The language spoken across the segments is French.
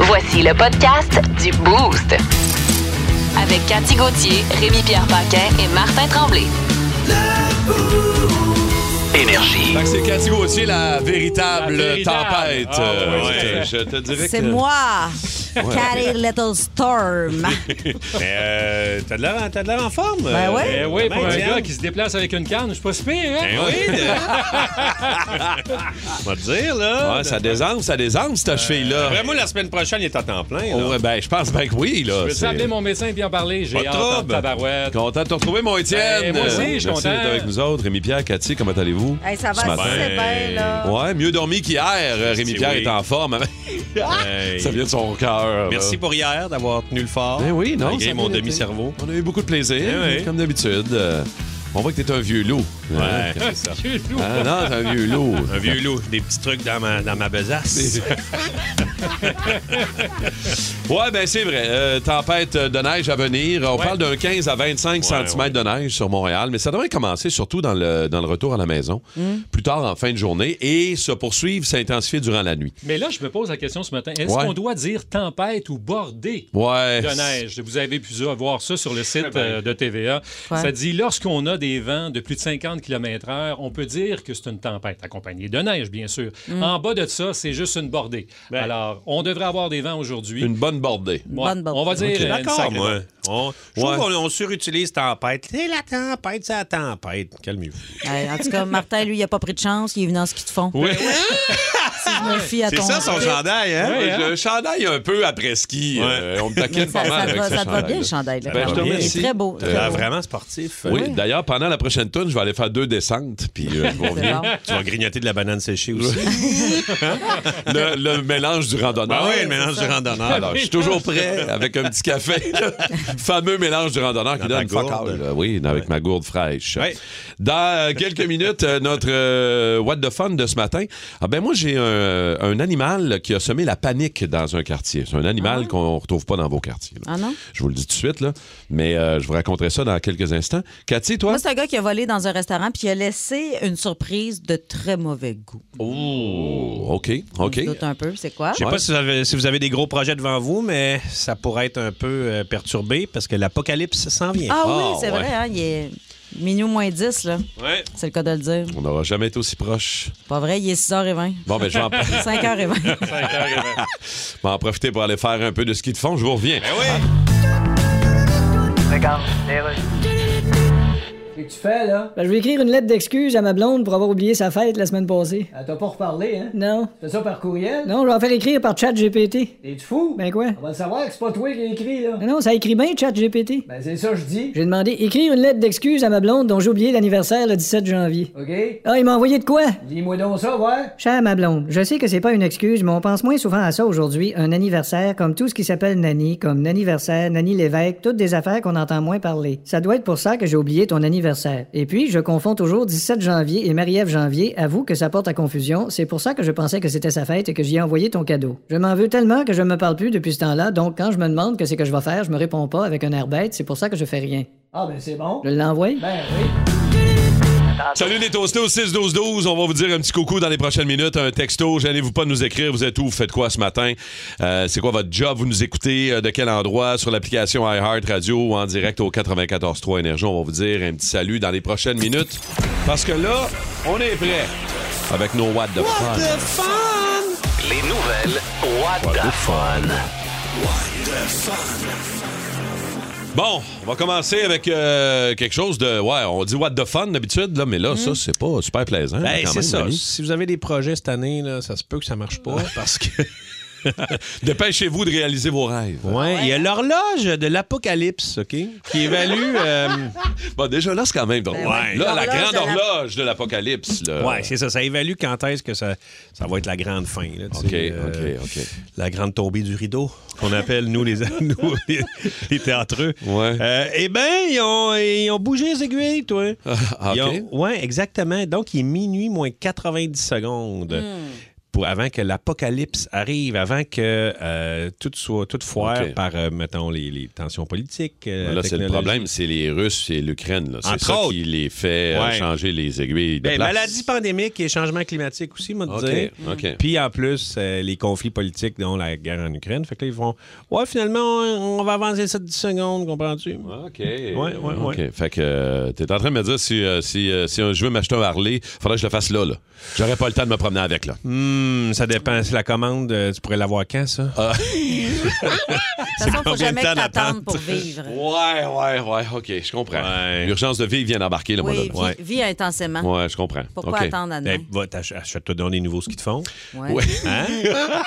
Voici le podcast du Boost. Avec Cathy Gauthier, Rémi-Pierre Paquin et Martin Tremblay. Énergie. Fait que c'est Cathy Gauthier, la véritable, La véritable. tempête. Ah, Euh, ouais. ouais, Je te dirais C'est que- moi, Carrie Little Storm. Mais euh, t'as de l'air t'as de l'air en forme. Ben ouais. Eh oui, pour un Tiens. gars qui se déplace avec une canne, je suis pas si pire, hein? Ben oui. On va te dire, là. Ouais, ça désarme, ça désarme, cette cheville-là. Après moi, la semaine prochaine, il est à temps plein. là. Ouais, ben, je pense bien que oui, là. Je vais C'est- appeler mon médecin et bien en parler. Pas J'ai de hâte en trouble. tabarouette. Content de te retrouver, mon Étienne. Ben, moi aussi, je suis Merci content. d'être avec nous autres. Rémi-Pierre, Cathy, comment allez-vous? Hey, ça va, Ce c'est matin. bien, là. Ouais, mieux dormi qu'hier. Euh, Rémi-Pierre oui. est en forme. Hey. ça vient de son cœur. Merci là. pour hier d'avoir tenu le fort. Ben oui, non, Malgré ça mon vient d'être- demi-cerveau. On a eu beaucoup de plaisir, Eh oui. comme d'habitude. Euh, on voit que t'es un vieux loup. hein. Ouais, c'est ça. Chez nous. Ah non, t'es un vieux loup. Un vieux loup, des petits trucs dans ma, dans ma besace. Ouais, ben c'est vrai. Euh, tempête de neige à venir. On Ouais. parle d'un 15 à 25 cm ouais. de neige sur Montréal, mais ça devrait commencer surtout dans le, dans le retour à la maison, Hmm? plus tard en fin de journée, et se poursuivre, s'intensifier durant la nuit. Mais là, je me pose la question ce matin. Est-ce Ouais. qu'on doit dire tempête ou bordée Ouais. de neige? Vous avez pu voir ça sur le site euh, de TVA. Ouais. Ça dit, lorsqu'on a des vents de plus de 50 km h on peut dire que c'est une tempête, accompagnée de neige, bien sûr. Mm. En bas de ça, c'est juste une bordée. Ben. Alors, on devrait avoir des vents aujourd'hui. Une bonne bordée. Ouais, Bonne bordée. On va dire Ok. euh, une D'accord, sacrée moi. On, je trouve Ouais. qu'on on surutilise tempête. C'est la tempête, c'est la tempête. Calmez-vous. Euh, Hey, en tout cas, Martin, lui, il a pas pris de chance. Il est venu en ski de fond. Oui. Si je me fie à ton tip, chandail, hein? Ouais, hein? Le chandail un peu après ski. Ouais. euh, on me mais taquine Ça, pas ça mal te avec va, ce ça te va chandail-là. bien, le chandail. là. Ben, je te Il est remercie. Euh, très beau. T'as très l'air beau. vraiment sportif. Oui, d'ailleurs, pendant la prochaine tune, je vais aller faire deux descentes, puis euh, je vais C'est revenir. bon. Tu vas grignoter de la banane séchée aussi. Le, le mélange du randonneur. Ah oui, le mélange du randonneur. Alors, je suis toujours prêt avec un petit café. le fameux mélange du randonneur qui Dans ta donne fuck gourde. all, là. Oui, avec ma gourde fraîche. Ouais. Dans euh, quelques minutes, euh, notre euh, What the Fun de ce matin. Ah ben moi, j'ai un, un animal qui a semé la panique dans un quartier. C'est un animal qu'on retrouve pas dans vos quartiers. là. Ah non? Je vous le dis tout de suite, là. mais euh, je vous raconterai ça dans quelques instants. Cathy, toi? Moi, c'est un gars qui a volé dans un restaurant puis il a laissé une surprise de très mauvais goût. Oh, OK, OK. Je doute un peu, c'est quoi? Je sais Ouais. pas si vous, avez, si vous avez des gros projets devant vous, mais ça pourrait être un peu euh, perturbé parce que l'apocalypse s'en vient. Ah Ah, oui, c'est ouais. vrai, hein, il est minuit moins 10, là. Ouais. C'est le cas de le dire. On n'aura jamais été aussi proche. Pas vrai, il est 6h20. Bon, ben, je vais en, 5h20. je vais en profiter pour aller faire un peu de ski de fond. Je vous reviens. Qu'est-ce que tu fais, là? Ben, je vais écrire une lettre d'excuse à ma blonde pour avoir oublié sa fête la semaine passée. Elle t'a pas reparlé, hein? Non. Tu fais ça par courriel? Non, je vais la faire écrire par ChatGPT. T'es-tu fou? Ah Ben quoi? On va le savoir que c'est pas toi qui l'as écrit, là. Ben non, ça écrit bien ChatGPT. Ben c'est ça, je dis. J'ai demandé écrire une lettre d'excuse à ma blonde dont j'ai oublié l'anniversaire le 17 janvier. OK? Ah, il m'a envoyé de quoi? Lis-moi donc ça, ouais? Chère ma blonde, je sais que c'est pas une excuse, mais on pense moins souvent à ça aujourd'hui. Un anniversaire, comme tout ce qui s'appelle Nanny, comme Nanniversaire, Nanny l'évêque, toutes des affaires qu'on entend moins parler. Ça doit être pour ça que j'ai oublié ton anniversaire. Et puis, je confonds toujours 17 janvier et Marie-Ève janvier. Avoue que ça porte à confusion. C'est pour ça que je pensais que c'était sa fête et que j'y ai envoyé ton cadeau. Je m'en veux tellement que je me parle plus depuis ce temps-là, donc quand je me demande que c'est que je vais faire, je me réponds pas avec un air bête. C'est pour ça que je fais rien. Ah, ben c'est bon. Je l'envoie? Ben oui. Salut les toastés au 6-12-12. On va vous dire un petit coucou dans les prochaines minutes. Un texto. Gênez-vous pas de nous écrire. Vous êtes où? Vous faites quoi ce matin? Euh, c'est quoi votre job? Vous nous écoutez euh, de quel endroit? Sur l'application iHeart Radio ou en direct au 94.3 Énergie. On va vous dire un petit salut dans les prochaines minutes. Parce que là, on est prêt Ah, avec nos What the Fun. Les nouvelles What the Fun. Bon, on va commencer avec euh, quelque chose de. Ouais, on dit What the Fun d'habitude, là, mais là, ça, c'est pas super plaisant. Hmm. Ben, quand c'est même, ça. Denis. Si vous avez des projets cette année, là, ça se peut que ça marche pas parce que. Dépêchez-vous de réaliser vos rêves. Ah Ouais, hein? il y a l'horloge de l'apocalypse, OK? Qui évalue. euh, Bon, déjà là, c'est quand même drôle. Ben ouais. Là, la Ben L'horloge grande de la- horloge de l'apocalypse. là. ouais, c'est ça. Ça évalue quand est-ce que ça, ça va être la grande fin. là, tu OK, sais, euh, OK, OK. La grande tombée du rideau, qu'on appelle, nous, les, nous, les, les théâtreux. Ouais. Euh, eh bien, ils ont, ils ont bougé les aiguilles, toi. Ah, Ils OK. ont- ouais, exactement. Donc, il est minuit moins 90 secondes. pour, avant que l'apocalypse arrive, avant que euh, tout soit tout foire OK. par, euh, mettons, les, les tensions politiques. euh, Là, c'est le technologie. problème, c'est les Russes et l'Ukraine. là. C'est Entre ça autres. qui les fait euh, Ouais. changer les aiguilles de Ben, place. maladie pandémique et changement climatique aussi, moi, OK, dire. OK. Puis en plus, euh, les conflits politiques, dont la guerre en Ukraine. Fait que là, ils vont. Ouais, finalement, on, on va avancer ça de 10 secondes, comprends-tu? OK. ouais, ouais. OK. Fait que euh, t'es en train de me dire si, euh, si, euh, si je veux m'acheter un Harley, faudrait que je le fasse là, là. J'aurais pas le temps de me promener avec, là. Hmm, ça dépend. Si la commande, euh, tu pourrais l'avoir quand, ça? Ah. De toute façon, faut combien de jamais temps que t'attendes d'attente? pour vivre. Ouais, ouais, ouais, OK, je comprends. L'urgence de vie vient d'embarquer, là, moi, Oui, là. vis, vis intensément. Ouais. Ouais, je comprends. Pourquoi OK. attendre à demain? Ben, va, t'ach- achète-toi donc des nouveaux skis de fond. Ouais. Ouais. Hein?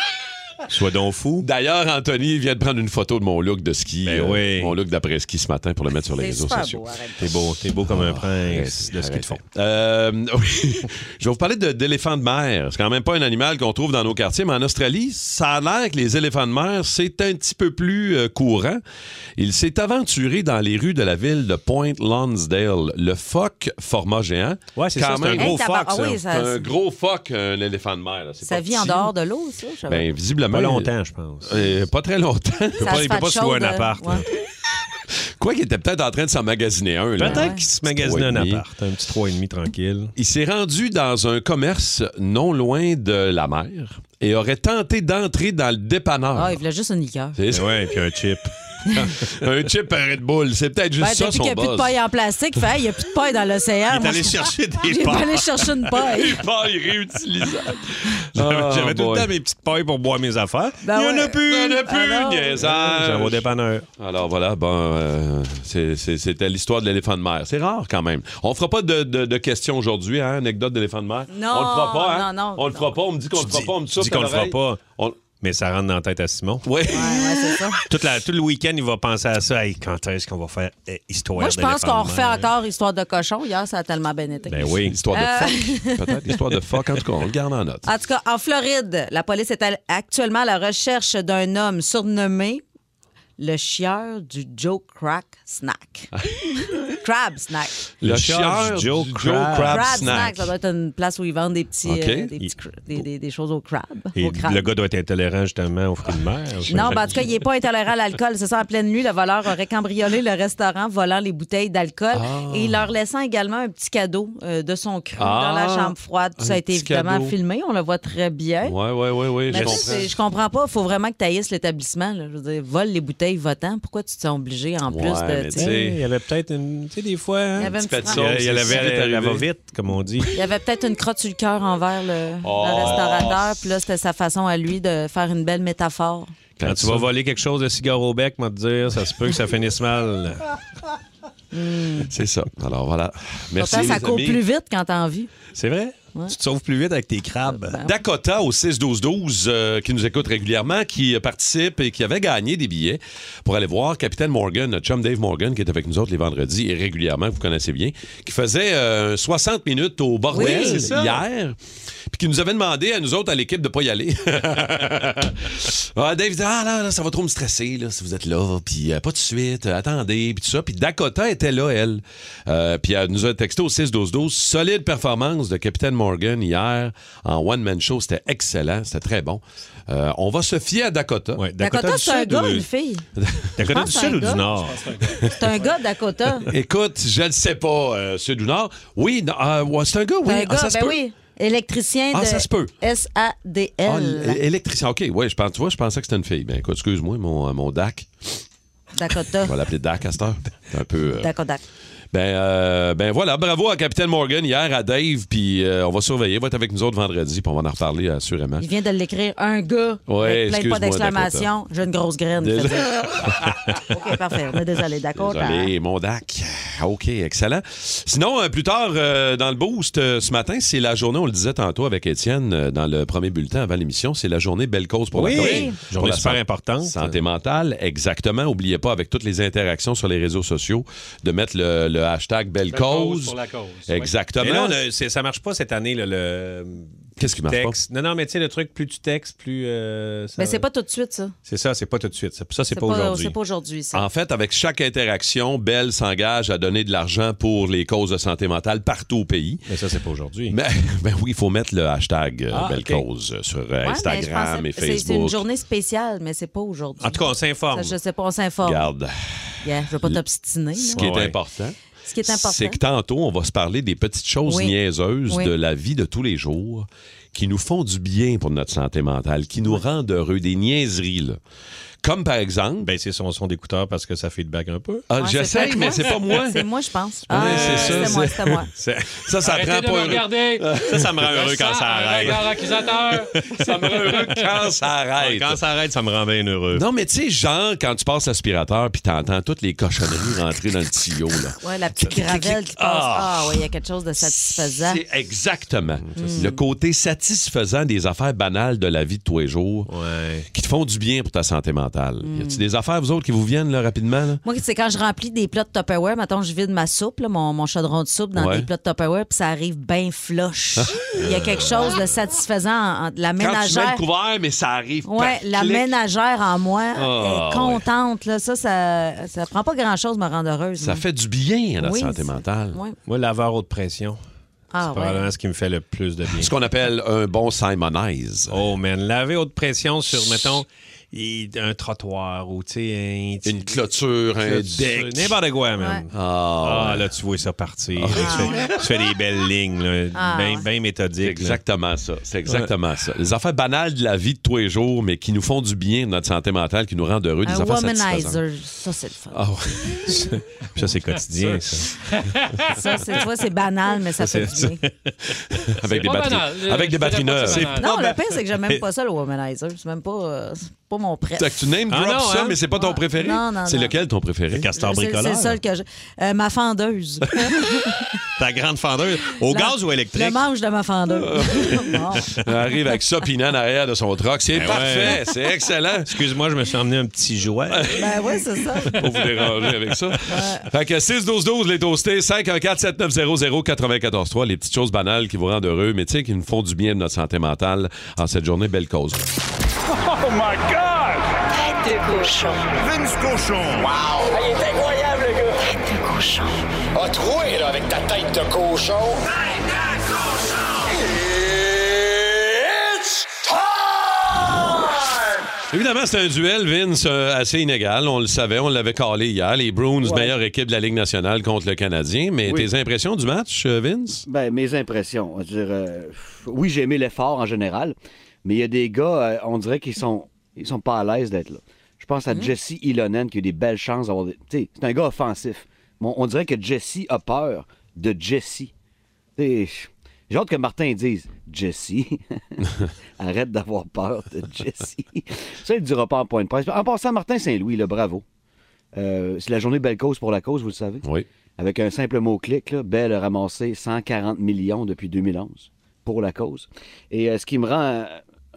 Sois donc fou. D'ailleurs, Anthony vient de prendre une photo de mon look de ski. euh, Ben oui. Mon look d'après-ski ce matin pour le mettre sur les C'est réseaux super sociaux. beau, arrête. T'es beau, t'es beau comme un prince Arrêtez, de ski de fond. arrêtez. Euh, oui. Je vais vous parler de- d'éléphants de mer. C'est quand même pas un animal qu'on trouve dans nos quartiers, mais en Australie, ça a l'air que les éléphants de mer, c'est un petit peu plus euh, courant. Il s'est aventuré dans les rues de la ville de Point Lonsdale. Le phoque format géant. Ouais, c'est ça, Quand c'est un même, Hey, gros t'as- fox. ah ça. oui, c'est ça, un gros phoque, un éléphant de mer. là. C'est ça pas vit en petit. dehors de l'eau, ça. je savais Ben, visiblement. Pas longtemps, je pense. Euh, pas très longtemps. peut pas- il peut pas se louer un appart, là. Quoi qu'il était peut-être en train de s'en magasiner un. là. Peut-être qu'il se magasinait un Trois et demi. appart, un petit 3,5 tranquille. Il s'est rendu dans un commerce non loin de la mer et aurait tenté d'entrer dans le dépanneur. Ah, il voulait juste une liqueur. C'est Et ça. ouais, puis un chip. un chip à Red Bull. C'est peut-être juste Ben, ça depuis son qu'il n'y a plus buzz. de paille en plastique, fait, il n'y a plus de paille dans l'océan. Il est Moi, allé chercher j'ai des pas pailles. allé chercher une paille. paille réutilisable. J'avais Ah, j'avais tout boy. le temps mes petites pailles pour boire mes affaires. Ben Il y en a ouais. plus! Il y en a Alors? plus, niaisage. J'en vais au dépanneur. Alors voilà, bon, euh, c'est- c'est- c'était l'histoire de l'éléphant de mer. C'est rare quand même. On fera pas de, de- de questions aujourd'hui, hein, anecdote d'éléphant de mer. Non, on le fera pas, hein? non, non, On le fera non. pas, on me dit qu'on le fera dis- pas, on me dit ça. dis qu'on le fera pas. On... Mais ça rentre dans la tête à Simon. Ouais. Ouais, ouais, c'est ça. Toute la- tout le week-end, il va penser à ça. Hey, quand est-ce qu'on va faire euh, histoire Moi, je pense qu'on refait encore Histoire de cochon. Hier, ça a tellement bien été. Euh, Ben oui. Histoire de fuck. Peut-être histoire de fuck. En tout cas, on le garde en note. En tout cas, en Floride, la police est à- actuellement à la recherche d'un homme surnommé le chieur du Joe Crack Snack. Crab Snack. Le chieur du Joe Crab Crab Snack. ça doit être une place où ils vendent des, petits, OK. euh, des, petits cr- des- des- des choses au crab. Et au crabe. le gars doit être intolérant justement aux fruits de mer. Je- Non, ben, en tout cas, il n'est pas intolérant à l'alcool. C'est ça, en pleine nuit, le voleur aurait cambriolé le restaurant, volant les bouteilles d'alcool et leur laissant également un petit cadeau euh, de son cru Ah, dans la chambre froide. Tout ça a un été petit évidemment cadeau. filmé, on le voit très bien. Ouais, ouais, ouais, ouais. Mais Je tu sais, c'est- comprends. je comprends pas. Il faut vraiment que tu haïsses l'établissement. là. Je veux dire, vole les bouteilles votant. Pourquoi tu te sens obligé en plus mais de. tu tu sais, sais, Hey, Il y avait peut-être une. Tu sais, des fois. hein, Il y avait, une petit petite petit fran- sauce. il y avait- C'est vite elle va arrivé. vite, comme on dit. il y avait peut-être une crotte sur le cœur envers le, le Oh. restaurateur. Puis là, c'était sa façon à lui de faire une belle métaphore. Quand tu ça. vas voler quelque chose de cigare au bec, moi te dire, ça se peut que ça finisse mal. Hmm. C'est ça. Alors voilà. Merci. Pourtant, ça les court amis. plus vite quand t'as envie. C'est vrai? Tu te sauves plus vite avec tes Ben, crabes. hein. Dakota au 6-12-12, euh, qui nous écoute régulièrement, qui euh, participe et qui avait gagné des billets pour aller voir Capitaine Morgan, notre chum Dave Morgan, qui est avec nous autres les vendredis et régulièrement, vous connaissez bien, qui faisait euh, 60 minutes au bordel Oui, c'est ça. hier, puis qui nous avait demandé à nous autres, à l'équipe, de pas y aller. Ah, Dave dit Ah là, là, ça va trop me stresser là, si vous êtes là, puis euh, pas tout de suite, euh, attendez, puis tout ça. Puis Dakota était là, elle. Euh, puis elle nous a texté au 6-12-12 Solide performance de Capitaine Morgan hier en one-man show. C'était excellent, c'était très bon. Euh, on va se fier à Dakota. Ouais, Dakota, c'est un Sud gars, ou- une fille. Dakota pense du que c'est Sud un ou gars. du Nord? C'est un gars, Ah Dakota. Écoute, je ne sais pas, euh, Sud ou Nord. Oui, non, euh, ouais, c'est un gars, oui. C'est un Ah, gars, ça se ben peut. oui. Électricien Ah, de ça se peut. Ah, l- SADL. électricien, OK, ouais, je pense, tu vois, je pensais que c'était une fille. Ben écoute, excuse-moi, mon, mon DAC. Dakota. On va l'appeler DAC à cette heure. C'est Un peu. euh, Dakota. Ben, euh, ben voilà, bravo à Capitaine Morgan hier, à Dave, puis euh, on va surveiller, il va être avec nous autres vendredi, puis on va en reparler assurément. Il vient de l'écrire. Un gars. Ouais, avec plein de excuse-moi, pas d'exclamation. J'ai une grosse graine. il Désolé. fait dire. OK, parfait. On est désolé, Dakota. Désolé, mon DAC. OK, excellent. Sinon, euh, plus tard euh, dans le boost, euh, ce matin, c'est la journée, on le disait tantôt avec Étienne euh, dans le premier bulletin avant l'émission, c'est la journée Belle Cause pour Oui, la cause. journée Pour la super santé- importante. Santé mentale, exactement. N'oubliez pas, avec toutes les interactions sur les réseaux sociaux, de mettre le, le hashtag Belle, Belle cause. cause pour la cause. Exactement. Mais là, on a- c'est- ça marche pas cette année, là, le Qu'est-ce qui marche pas? Texte. Non, non, mais tu sais, le truc, plus tu textes, plus. euh, ça- Mais c'est pas tout de suite, Ah, ça. C'est ça, c'est pas tout de suite. Ça, ça, c'est pas, C'est aujourd'hui. pas aujourd'hui, ça. En fait, avec chaque interaction, Bell s'engage à donner de l'argent pour les causes de santé mentale partout au pays. Mais ça, c'est pas aujourd'hui. Mais ben oui, il faut mettre le hashtag euh, Ah, Belle ok. Cause sur euh, Ouais, mais je Instagram pensais- et c'est- C'est une Facebook. journée spéciale, mais c'est pas aujourd'hui. En tout cas, on s'informe. Ça, je sais pas, on s'informe. Regarde, Yeah, je veux pas t'obstiner. ce là. qui est Ouais. important, Ce qui est important. c'est que tantôt, on va se parler des petites choses Oui. niaiseuses Oui. de la vie de tous les jours qui nous font du bien pour notre santé mentale, qui nous rendent heureux, des niaiseries. là. Comme par exemple, Ben, c'est son son d'écouteur parce que ça feedback un peu. ah, Ouais, j'essaye, peut-être mais c'est pas moi. C'est moi, je pense. pas moi, Ah, c'est ça, C'était moi, c'est- c'était moi. C'est- Ça, ça Arrêtez prend de pas me heureux. regarder. Ça, ça me rend heureux Je quand sens ça un arrête. regard accusateur. Ça me rend heureux quand ça arrête. Quand ça arrête, ça me rend bien heureux. Non, mais tu sais, genre, quand tu passes l'aspirateur puis t'entends toutes les cochonneries rentrer dans le tuyau, là. Ouais, la petite gravelle qui passe. Ah. Ah, oui, il y a quelque chose de satisfaisant. C'est exactement. Mm. Le côté satisfaisant des affaires banales de la vie de tous les jours Ouais. qui te font du bien pour ta santé mentale. Y a-tu des affaires, vous autres, qui vous viennent là, rapidement? là? Moi, c'est quand je remplis des plats de Tupperware, mettons, je vide ma soupe, là, mon, mon chaudron de soupe dans Ouais. des plats de Tupperware, puis ça arrive bien floche. Il y a quelque chose de satisfaisant. en- en- la Quand Hein? Euh, tu mets ménagère. le couvert, mais ça arrive Ouais, par la clic. ménagère en moi Ah, est contente. Là. Ça, ça, ça prend pas grand-chose me rendre heureuse. hein. Ça moi. fait du bien à notre Oui, santé ça- mentale. Ouais. Moi, laveur haute pression, Ah, c'est ouais. probablement hein. ce qui me fait le plus de bien. Ce qu'on appelle un bon Simonize. Oh man, laver haute pression sur, mettons, i- un trottoir ou, tu sais, un petit- Une clôture, un deck. Ah. N'importe quoi, man. Ah, là, tu vois ça partir. Tu, fais, tu fais des belles lignes, là, Ah, bien ouais. bien méthodiques. C'est là. exactement ça. C'est exactement ça. Les affaires banales de la vie de tous les jours, mais qui nous font du bien, de notre santé mentale, qui nous rendent heureux, des Un affaires satisfaisantes. womanizer. Ça, c'est le fun. Ah ouais. Ça, c'est quotidien, ça. Ça, c'est, tu vois, c'est banal, mais ça, fait du bien. Avec, des pas batteries, banal. Je avec dirais des pas que c'est batteries neuves. banal. Non, ben, le pire, c'est que j'aime même pas ça, le womanizer. C'est même pas, euh, c'est pas mon prêtre. Fait que tu name Ah drop non, ça, hein? mais c'est pas ton préféré. Non, non, c'est non. lequel ton préféré? Castor C'est, bricoleur. c'est ça que je. euh, ma fendeuse. Ta grande fendeuse. Au La- gaz ou Le électrique? manche de ma Ah. fendeuse. Bon. Elle arrive avec ça pinant en arrière de son truck. C'est Ben parfait, ouais. c'est excellent. Excuse-moi, je me suis emmené un petit jouet. Ben oui, c'est ça. Pour vous déranger avec ça. Fait que 6-12-12, les toastés, 514-7900-943, les petites choses banales qui vous rendent heureux, mais tu sais, qui nous font du bien de notre santé mentale en cette journée belle cause. Tête de cochon. Vince Cochon. Ah, il est incroyable, le gars! Tête de cochon. A troué, là, avec ta tête de cochon. Tête de cochon! It's time! Évidemment, c'est un duel, Vince, euh, assez inégal. On le savait, on l'avait calé hier. Les Bruins, meilleure équipe de la Ligue nationale contre le Canadien. Mais Oui. tes impressions du match, euh, Vince? Ben, mes impressions. Je veux dire, euh, oui, j'ai aimé l'effort en général, mais il y a des gars, euh, on dirait qu'ils sont, ils sont pas à l'aise d'être là. Je pense à Jesse Ilonen qui a eu des belles chances d'avoir. des- Tu sais, c'est un gars offensif. Mais on, on dirait que Jesse a peur de Jesse. Tu sais, J'ai hâte que Martin dise Jesse, arrête d'avoir peur de Jesse. Ça, il ne dira pas en point de presse. En passant, Martin Saint-Louis, le bravo. Euh, c'est la journée Belle Cause pour la cause, vous le savez. Oui. Avec un simple mot-clic, là, Bell a ramassé 140 millions depuis 2011 pour la cause. Et euh, ce qui me rend euh,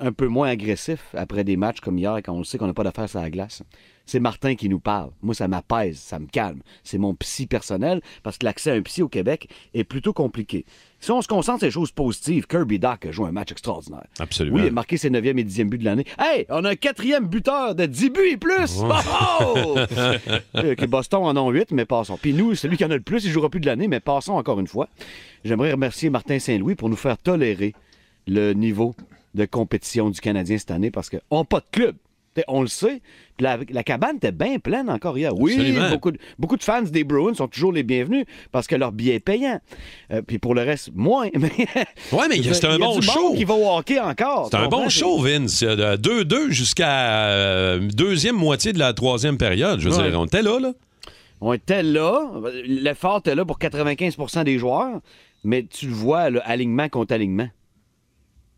un peu moins agressif après des matchs comme hier, quand on le sait qu'on n'a pas d'affaires sur la glace, c'est Martin qui nous parle. Moi, ça m'apaise, ça me calme. C'est mon psy personnel parce que l'accès à un psy au Québec est plutôt compliqué. Si on se concentre sur les choses positives, Kirby Doc a joué un match extraordinaire. Absolument. Oui, il a marqué ses 9e et 10e buts de l'année. Hey, on a un quatrième buteur de 10 buts et plus! Bravo! Euh, que Boston en ont 8, mais passons. Puis nous, celui qui en a le plus, il jouera plus de l'année, mais passons encore une fois. J'aimerais remercier Martin Saint-Louis pour nous faire tolérer le niveau de compétition du Canadien cette année parce qu'on n'a pas de club. T'sais, On le sait. Puis La, la cabane était bien pleine encore hier. Oui, Absolument. beaucoup de, beaucoup de fans des Bruins sont toujours les bienvenus parce que leur billet est payant. Euh, puis pour le reste, moins. Mais Ouais, mais Je veux c'est un dire, il y a bon du monde show. qui va au hockey encore. C'est tu un bon comprends? show, Vince. De 2-2 jusqu'à euh, deuxième moitié de la troisième période. Je veux Ouais. dire, on était là, là. On était là, l'effort était là pour 95 des joueurs, mais tu le vois, là, alignement contre alignement.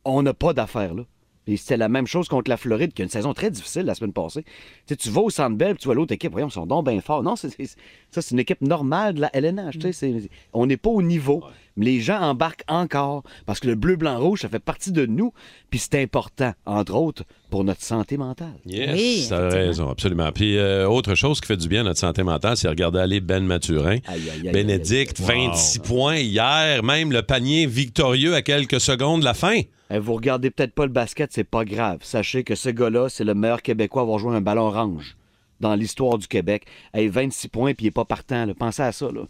On n'a pas d'affaires là. Et c'était la même chose contre la Floride, qui a une saison très difficile la semaine passée. Tu, sais, tu vas au Centre Bell, puis tu vois l'autre équipe, voyons, ils sont donc bien forts. Non, c'est- c'est- ça, c'est une équipe normale de la LNH. tu sais, c'est- on n'est pas au niveau. Mais les gens embarquent encore parce que le bleu, blanc, rouge, ça fait partie de nous. Puis c'est important, entre autres, pour notre santé mentale. Yes, t'as raison, absolument. Puis euh, autre chose qui fait du bien à notre santé mentale, c'est regarder aller Ben Maturin. aïe, Bénédicte, aïe, aïe. 26 points hier, même le panier victorieux à quelques secondes de la fin. Eh, vous regardez peut-être pas le basket, c'est pas grave. Sachez que ce gars-là, c'est le meilleur Québécois à avoir joué un ballon orange dans l'histoire du Québec. Eh, 26 points, puis il est pas partant. là. Pensez à ça. Là.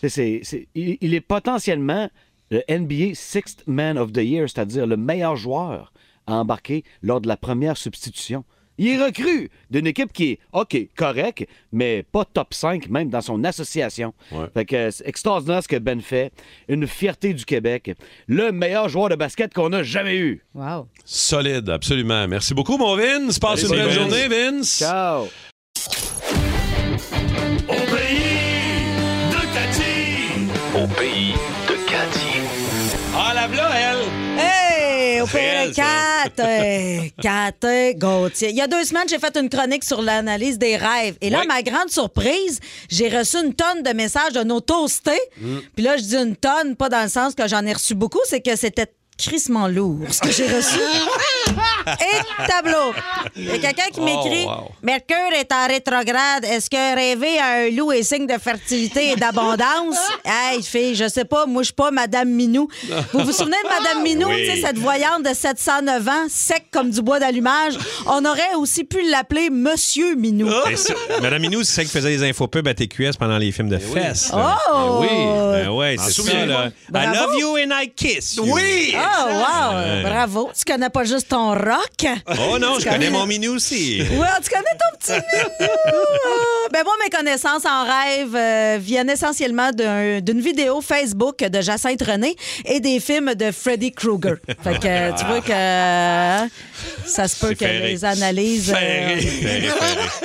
C'est- c'est- c'est- il, il est potentiellement le NBA Sixth Man of the Year, c'est-à-dire le meilleur joueur à embarquer lors de la première substitution. Il est recru d'une équipe qui est, OK, correct, mais pas top 5, même dans son association. Fait que c'est extraordinaire ce que Ben fait. Une fierté du Québec. Le meilleur joueur de basket qu'on a jamais eu. Wow. Solide, absolument. Merci beaucoup, mon Vince. Passe une Salut, belle Vince. journée, Vince. Ciao. Au pays de Cathy. Au pays de Cathy. Ah, la v'là, elle! Hey! Au C'est pays elle, de ça. Kat, euh, Kat, euh, Gauthier. Il y a deux semaines, j'ai fait une chronique sur l'analyse des rêves. Et là, Ouais. ma grande surprise, j'ai reçu une tonne de messages de nos toastés. Mm. Puis là, je dis une tonne, pas dans le sens que j'en ai reçu beaucoup, c'est que c'était crissement lourd ce que j'ai reçu. Ah, Et tableau. Il y a quelqu'un qui Oh, m'écrit wow. Mercure est en rétrograde. Est-ce que rêver à un loup est signe de fertilité et d'abondance? hey, fille, je sais pas. Moi, je suis pas Madame Minou. Vous vous souvenez de Madame Minou, Oui. tu sais, cette voyante de 709 ans, sec comme du bois d'allumage? On aurait aussi pu l'appeler Monsieur Minou. Ben, ça- Madame Minou, c'est celle qui faisait les infopubs à TQS pendant les films de fesses. là. Oh! Ben ouais, M'en c'est ça, Eh souviens. là. Ben, Bravo. I love you and I kiss you. Oui! Oh, wow! Bravo! Tu connais pas juste ton rock? Oh non, Tu je connais mon Minou aussi. Ouais, tu connais ton petit minou. Ben moi, mes connaissances en rêve euh, viennent essentiellement d'un- d'une vidéo Facebook de Jacinthe René et des films de Freddy Krueger. Fait que euh, tu vois que euh, ça se peut C'est que ferré. les analyses... euh, Ferré, ferré,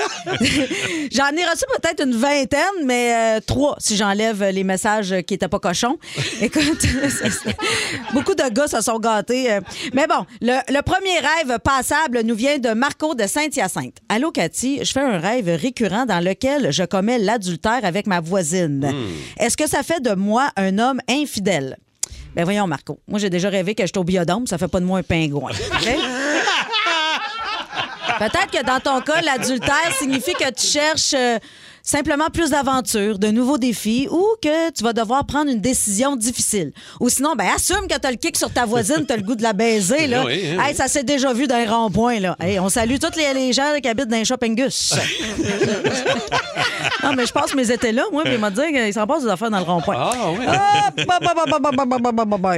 ferré. J'en ai reçu peut-être une vingtaine, mais euh, trois si j'enlève les messages qui n'étaient pas cochons. Écoute, c'est- c'est- beaucoup de gars se sont gâtés. euh. Mais bon, le, le premier rêve passable nous vient de Marco de Saint-Hyacinthe. Allô, Cathy, je fais un rêve récurrent dans lequel je commets l'adultère avec ma voisine. Est-ce que ça fait de moi un homme infidèle? Ben voyons, Marco. Moi, j'ai déjà rêvé que j'étais au biodôme, ça fait pas de moi un pingouin. OK? Peut-être que dans ton cas, l'adultère signifie que tu cherches euh, simplement plus d'aventures, de nouveaux défis ou que tu vas devoir prendre une décision difficile. Ou sinon, ben, assume que tu as le kick sur ta voisine, tu as le goût de la baiser. Là. Oui, oui, hein. Hey, ça s'est déjà vu dans les ronds-points. Là. Hey, on salue tous les, les gens qui habitent dans les shoppingus. non, mais je pense que mes étaient là, moi, mais ils m'ont dit qu'ils s'en passent des affaires dans le rond-point. Ah, oui. Ah, bah, bah, bah, bah, bah, bah, bah, bah, bah, bah.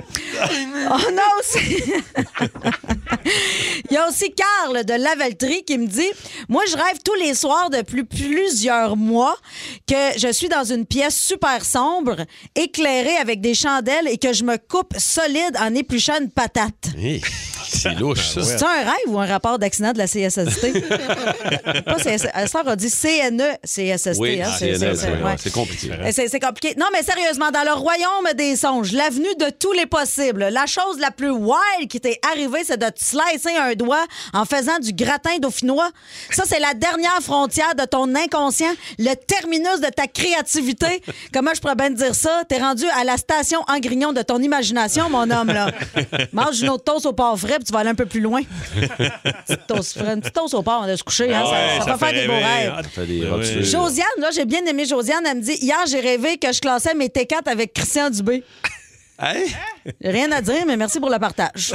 On a aussi. Il y a aussi Carl de Laveltrie qui me dit Moi, je rêve tous les soirs depuis plusieurs mois que je suis dans une pièce super sombre, éclairée avec des chandelles et que je me coupe solide en épluchant une patate. Hey, c'est louche, ça. C'est un rêve ou un rapport d'accident de la CSST? Pas CSST. Sarah a dit CNE, CSST. Oui, hein, c'est c'est- c'est- c'est- ouais. ouais, c'est compliqué. hein. Et Euh, C'est c'est compliqué. Non, mais sérieusement, dans le royaume des songes, l'avenue de tous les possibles, la chose la plus wild qui t'est arrivée, c'est de te slicer un doigt en faisant du gratin dauphinois. Ça, c'est la dernière frontière de ton inconscient, le terminus de ta créativité. Comment je pourrais bien te dire ça? T'es rendu à la station Angrignon de ton imagination, mon homme, là. Mange une autre toast au porc frais, puis tu vas aller un peu plus loin. Petite toast frais, une petite toast au porc, on va se coucher, hein, ça- Ouais, ça, ça va faire fait des beaux rêver. rêves. Ah, Ça fait des Ouais. rotulés. Josiane, là, j'ai bien aimé Josiane. Elle me dit Hier, j'ai rêvé que je classais mes T4 avec Christian Dubé. Hey? Rien à dire, mais merci pour le partage.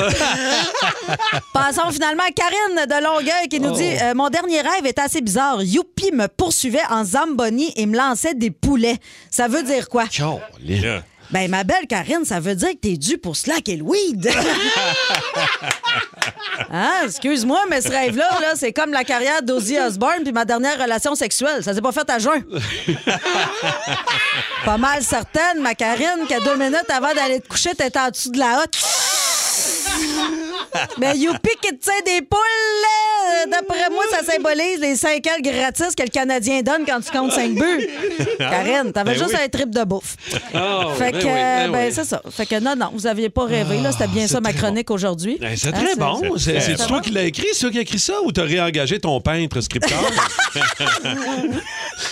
Passons finalement à Karine de Longueuil qui Oh. nous dit Euh, Mon dernier rêve est assez bizarre. Youpi me poursuivait en Zamboni et me lançait des poulets. Ça veut dire quoi? Yeah. Ben, ma belle Karine, ça veut dire que t'es due pour slack et le weed. Hein, excuse-moi, mais ce rêve-là, là, c'est comme la carrière d'Ozzy Osbourne puis ma dernière relation sexuelle. Ça s'est pas fait à juin. pas mal certaine, ma Karine, qu'à deux minutes avant d'aller te coucher, t'étais en dessous de la hotte. Mais youpi qui te tient des poules, euh, d'après moi, ça ça symbolise les 5 ans gratis que le Canadien donne quand tu comptes 5 buts. Karine, t'avais Ben juste oui. un trip de bouffe. Oh, fait que, ben oui, ben euh, ben, oui. Ah, c'est ça. Fait que non, non, vous aviez pas rêvé. là. C'était bien ça ma chronique aujourd'hui. Eh, C'est Hein, très bon. C'est c'est très toi qui l'as écrit, c'est toi qui as écrit ça, ou t'as réengagé ton peintre scripteur?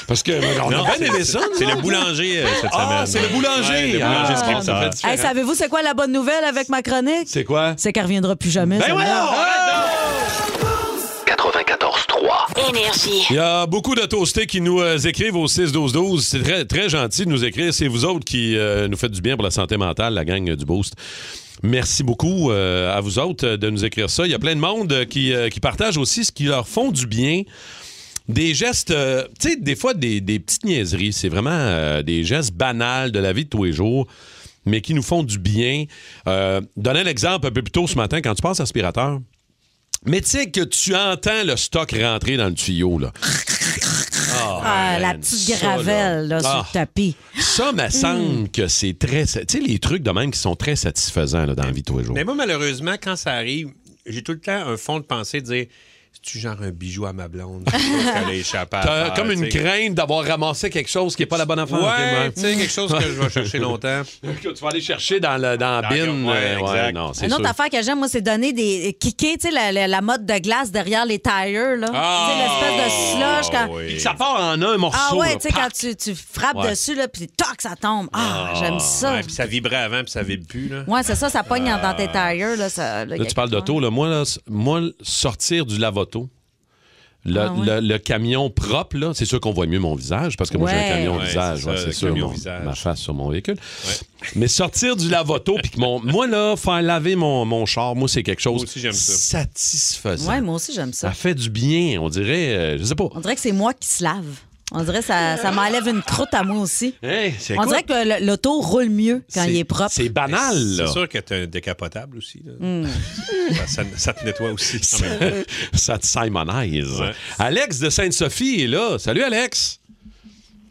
Parce que on Non, a bien c'est- aimé ça. c'est le nous autres. boulanger, euh, cette semaine. Ah, c'est le boulanger. Ouais, le boulanger Ah, scripteur. ça fait Euh, Hey, différent. savez-vous c'est quoi la bonne nouvelle avec ma chronique? C'est quoi? C'est qu'elle reviendra plus jamais. Ah! Ben celle-là. voyons! 94-3. Énergie. Il y a beaucoup de toastés qui nous euh, écrivent au 6-12-12. C'est très, très gentil de nous écrire. C'est vous autres qui euh, nous faites du bien pour la santé mentale, la gang euh, du Boost. Merci beaucoup euh, à vous autres euh, de nous écrire ça. Il y a plein de monde euh, qui, euh, qui partagent aussi ce qui leur font du bien. Des gestes, euh, tu sais, des fois des, des petites niaiseries. C'est vraiment euh, des gestes banals de la vie de tous les jours, mais qui nous font du bien. Euh, donnez l'exemple un peu plus tôt ce matin, quand tu passes aspirateur, mais tu sais que tu entends le stock rentrer dans le tuyau, là. Ah, la man, petite ça, gravelle là, Ah. sur le tapis. Mm. Ça, me semble que c'est très... sa- Tu sais, les trucs de même qui sont très satisfaisants là, dans la vie de tous les jours. Mais moi, malheureusement, quand ça arrive, j'ai tout le temps un fond de pensée de dire c'est-tu genre un bijou à ma blonde qu'elle a échappé à T'as terre, comme une tu sais. crainte d'avoir ramassé quelque chose qui n'est pas la bonne affaire. Ouais, Ok, tu sais, quelque chose que je vais chercher longtemps. que tu vas aller chercher dans, le, dans la Dans bin. le- ouais, euh, ouais, exact. non, c'est Une autre sûr. affaire que j'aime, moi, c'est donner des. kicker, tu sais, la, la- la mode de glace derrière les tires, là. Ah! tu sais, l'espèce de slush. Ah Quand... Puis que Ça part en un morceau. Ah ouais, là, tu sais, pac. quand tu, tu frappes Ouais. dessus, là, puis toc, ça tombe. Ah, j'aime ça. Ouais, puis ça vibrait avant, puis ça vibre plus. Là. Ouais, c'est ça, ça pogne dans tes tires, là. Ça, Ah. Là, tu parles d'auto. Là, moi, là, s- moi, sortir du lavoto, le, Ah ouais. le- le camion propre, là, c'est sûr qu'on voit mieux mon visage, parce que moi, j'ai Ouais. un camion Ouais, visage, c'est ouais, ça, c'est le sûr, camion mon- visage. ma face sur mon véhicule. Mais sortir du lavoto, puis que mon, moi, là, faire laver mon, mon char, moi, c'est quelque chose Moi aussi, j'aime ça. satisfaisant. Ouais, moi aussi, j'aime ça. Ça fait du bien, on dirait, euh, je sais pas. On dirait que c'est moi qui se lave. On dirait que ça, ça m'enlève une croûte à moi aussi. Hey, c'est On cool. dirait que le- l'auto roule mieux quand C'est- il est propre. C'est banal, là. C'est sûr que t'as un décapotable aussi. là. Hmm. Ça, ça- ça te nettoie aussi. Ça- ça te simonise. Ouais. Alex de Sainte-Sophie est là. Salut, Alex.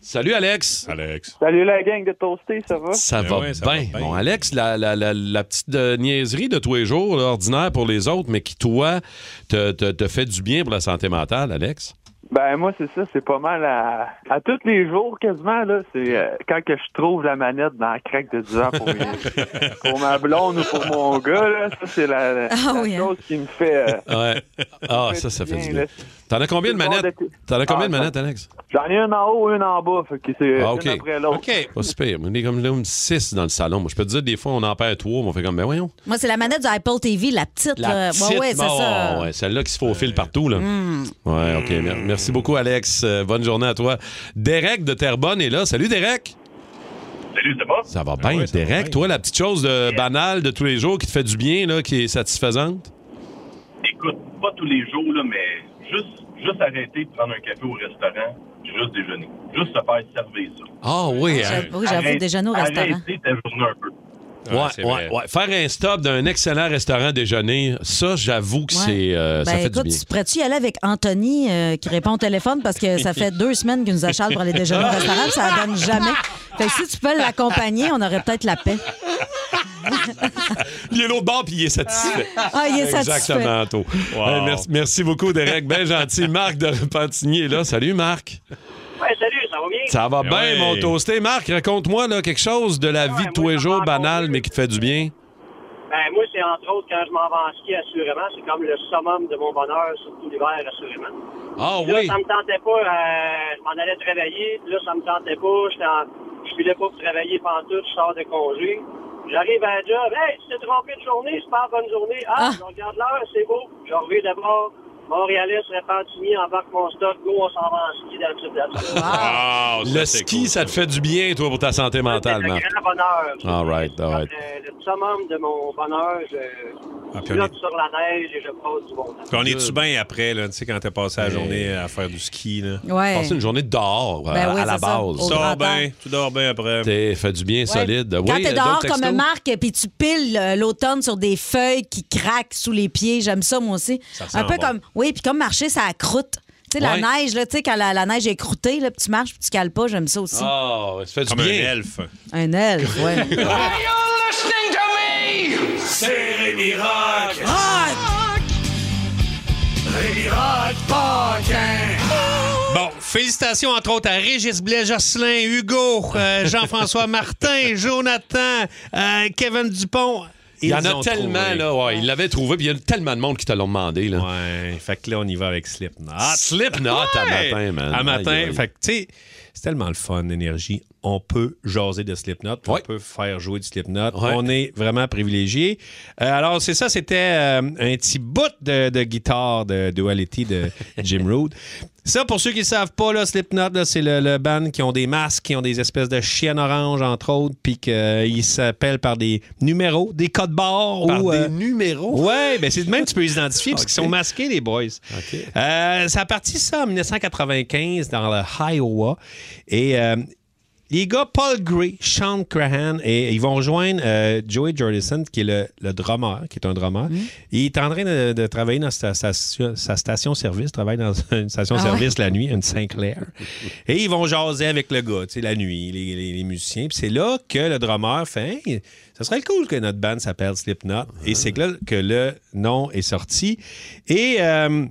Salut, Alex. Alex. Salut la gang de Toasté, ça va? Ça, Ben va, ouais, ça va bien. bien. Bon, Alex, la, la- la- la petite euh, niaiserie de tous les jours, là, ordinaire pour les autres, mais qui, toi, te, te- te fait du bien pour la santé mentale, Alex. Ben moi c'est ça, c'est pas mal à, à tous les jours quasiment là. C'est euh, quand que je trouve la manette dans la craque de 10 ans pour, mes- pour ma blonde ou pour mon gars là, ça c'est la, la- Ah la oui, hein. chose qui me fait. euh, Ouais. Ah, ça, ça fait du bien. T'en as combien de Tout le monde manettes? était- T'en as combien de Ah, manettes, Alex? J'en ai une en haut, une en bas, fait que c'est Ah, une ok. après l'autre. OK. Pas super. On est comme là, 6 dans le salon. Moi, je peux te dire, des fois, on en perd 3, mais on fait comme, ben voyons. Moi, c'est la manette du Apple TV, la petite. là. La petite, Euh, ouais, ouais, c'est bon, oh. ça. Hmm. ouais, celle-là qui se faufile partout. Mm. Là. Ouais, OK. mer- Merci beaucoup, Alex. Euh, bonne journée à toi. Derek de Terrebonne est là. Salut, Derek. Salut, ça va? Ça va bien, ouais, ça va Derek. bien. Toi, la petite chose de banale de tous les jours qui te fait du bien, là, qui est satisfaisante? Écoute, pas tous les jours, là, mais juste, juste arrêter, prendre un café au restaurant, puis juste déjeuner. Juste se faire servir ça. Ah oui, hein? J'avoue, j'avoue, Arrête- déjeuner au restaurant. Arrêter ta journée un peu. Ouais, Ouais, c'est ouais, vrai. ouais. Faire un stop d'un excellent restaurant déjeuner, ça, j'avoue que Ouais. c'est, euh, ça Ben, fait écoute, du bien. tu pourrais-tu y aller avec Anthony euh, qui répond au téléphone parce que ça fait deux semaines qu'il nous achale pour aller déjeuner au restaurant, puis ça donne jamais. Fait que si tu peux l'accompagner, on aurait peut-être la paix. Il est l'autre bord, puis il est satisfait. Ah, il est satisfait. Exactement, Anto. Hey, merci, merci beaucoup, Derek. Bien gentil. Marc de Repentigny est là. Salut, Marc. Ouais, salut, ça va bien? Ça va Eh bien, ouais. mon toasté. Marc, raconte-moi là, quelque chose de la vie de tous les jours banale, mais qui te fait du bien. Ben moi c'est entre autres quand je m'en vais en ski assurément, c'est comme le summum de mon bonheur, surtout l'hiver assurément. Ah Là, oui. ça me tentait pas, euh, je m'en allais travailler, puis là, ça me tentait pas, j'étais en- je filais pas pour travailler pantoute, je sors de congé. J'arrive à la job, hey, tu t'es trompé de journée, c'est pas une bonne journée. Ah, Ah. je regarde l'heure, c'est beau. Je reviens d'abord, Montréalais, Repentigny, embarque mon stock, go, on s'en va en ski dans le sud de la Terre. Ah, ça, Le c'est ski, cool, ça te fait du bien, toi, pour ta santé mentale, C'est le Marc. grand bonheur. All right, all right. Le, le summum de mon bonheur, je Ah, puis on flotte est- sur la neige et je passe du bon temps. Puis on est-tu bien après, là, tu sais, quand t'as passé la journée à faire du ski, là? Ouais. Passer une journée dehors, euh, Ben oui, à la c'est ça. base. Au Tu grand dors air. bien, tu dors bien après. T'es fait du bien solide. Ouais. Oui, Quand euh, t'es d'autres dehors textos? comme Marc, puis tu piles euh, l'automne sur des feuilles qui craquent sous les pieds, j'aime ça moi aussi. sent Un peu bon. comme, oui, puis comme marcher, ça croûte. Tu sais, Ouais. la neige, là, tu sais, quand la, la neige est croûtée, là, puis tu marches, puis tu cales pas, j'aime ça aussi. Ah, ça fait du Comme un bien. elfe. Un aile, ouais. Ah C'est Rémi Rock! Ah! Rémi Rock Boy! Félicitations, entre autres, à Régis Blais, Jocelyn, Hugo, euh, Jean-François Martin, Jonathan, euh, Kevin Dupont. Il y en Ils ont a tellement, trouvé. là. Ouais, il l'avait trouvé, puis il y a tellement de monde qui te l'ont demandé, là. Ouais. Fait que là, on y va avec Slipknot. Slipknot Ouais. à matin, man. À matin. Aïe, aïe. Fait que, tu sais, c'est tellement le fun, l'énergie. On peut jaser de Slipknot. On peut faire jouer du Slipknot. On est vraiment privilégiés. Euh, alors, c'est ça, c'était euh, un petit bout de, de guitare de Duality de Jim Root. Ça, pour ceux qui ne savent pas, là, Slipknot, là, c'est le, le band qui ont des masques, qui ont des espèces de chiennes oranges, entre autres, puis qu'ils s'appellent par des numéros, des codes barres. Par ou, euh, des numéros? Ouais, ben c'est de même que tu peux les identifier, parce qu'ils sont masqués, les boys. Euh, ça a parti ça en 1995 dans le Iowa. Et euh, les gars Paul Gray, Sean Crahan, et ils vont rejoindre euh, Joey Jordison, qui est le, le drummer, qui est un drummer. Il est en train de, de travailler dans sa, sa- sa station-service, travaille dans une station-service la nuit, une Sinclair. et ils vont jaser avec le gars, tu sais, la nuit, les, les- les musiciens. Puis c'est là que le drummer fait Hey, ça serait cool que notre band s'appelle Slipknot. Et c'est que là que le nom est sorti. Et. euh,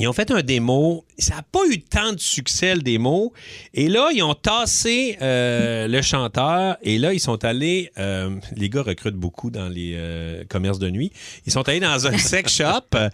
ils ont fait un démo. Ça n'a pas eu tant de succès, le démo. Et là, ils ont tassé euh, le chanteur. Et là, ils sont allés. euh, les gars recrutent beaucoup dans les euh, commerces de nuit. Ils sont allés dans un sex shop euh,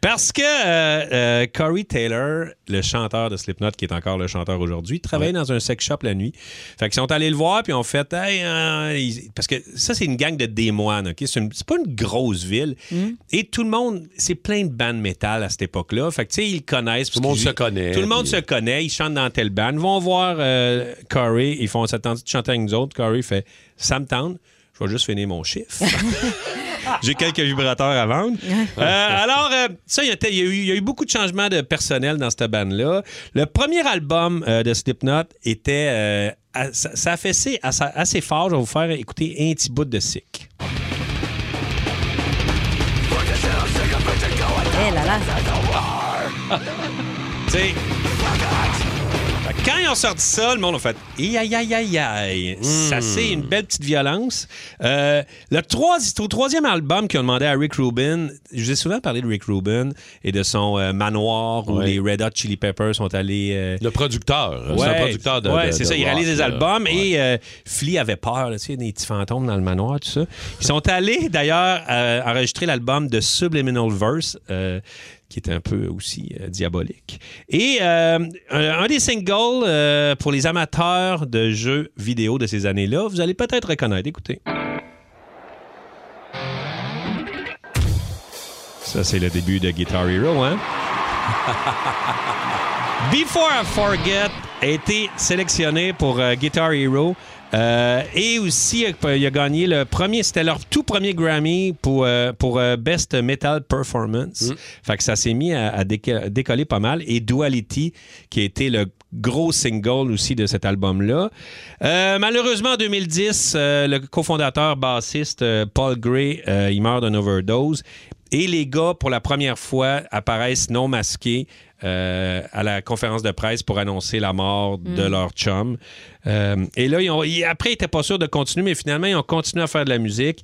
parce que euh, euh, Corey Taylor, le chanteur de Slipknot, qui est encore le chanteur aujourd'hui, travaillait dans un sex shop la nuit. Fait qu'ils sont allés le voir. Puis ils ont fait. Hey, euh, ils- Parce que ça, c'est une gang de démoines. OK? C'est une- c'est pas une grosse ville. Mm. Et tout le monde, c'est plein de bandes métal à cette époque-là. Fait que, tu sais, ils le connaissent. Tout le monde se connaît, Tout le monde puis- euh, se connaît. Ils chantent dans telle band. Ils vont voir euh, Corey. Ils font s'attendre de chanter avec nous autres. Corey fait Ça me tente. Je vais juste finir mon chiffre. J'ai quelques vibrateurs à vendre. Euh, alors, euh, ça, il y, a- il y a eu- il y a eu beaucoup de changements de personnel dans cette bande-là. Le premier album euh, de Slipknot était. euh, à- ça, ça a fessé assez, assez fort. Je vais vous faire écouter un petit bout de sick. Eh là là. Tu sais. Fait que Quand ils ont sorti ça, le monde a fait aïe aïe aïe aïe Hmm. aïe. Ça c'est une belle petite violence. Euh, le trois- c'est au troisième album qu'ils ont demandé à Rick Rubin, je vous ai souvent parlé de Rick Rubin et de son euh, manoir où les Red Hot Chili Peppers sont allés. euh, Le producteur. C'est un producteur de. Ouais, de- c'est de ça. Il rock, réalise des là. albums et euh, Flea avait peur. là, tu sais, il y a des petits fantômes dans le manoir, tout ça. Ils sont allés d'ailleurs euh, enregistrer l'album de Subliminal Verse, euh, qui était un peu aussi euh, diabolique. Et euh, un, un des singles euh, pour les amateurs de jeux vidéo de ces années-là, vous allez peut-être reconnaître. Écoutez. Ça, c'est le début de Guitar Hero, hein? Before I Forget a été sélectionné pour euh, Guitar Hero. Euh, et aussi, euh, il a gagné le premier, c'était leur tout premier Grammy pour, euh, pour euh, Best Metal Performance. Fait que ça s'est mis à, à déca- décoller pas mal. Et Duality, qui a été le gros single aussi de cet album-là. Euh, malheureusement, en 2010, euh, le cofondateur bassiste euh, Paul Gray, euh, il meurt d'une overdose. Et les gars, pour la première fois, apparaissent non masqués euh, à la conférence de presse pour annoncer la mort de leur chum. Euh, et là, ils ont- ils- après, ils n'étaient pas sûrs de continuer, mais finalement, ils ont continué à faire de la musique.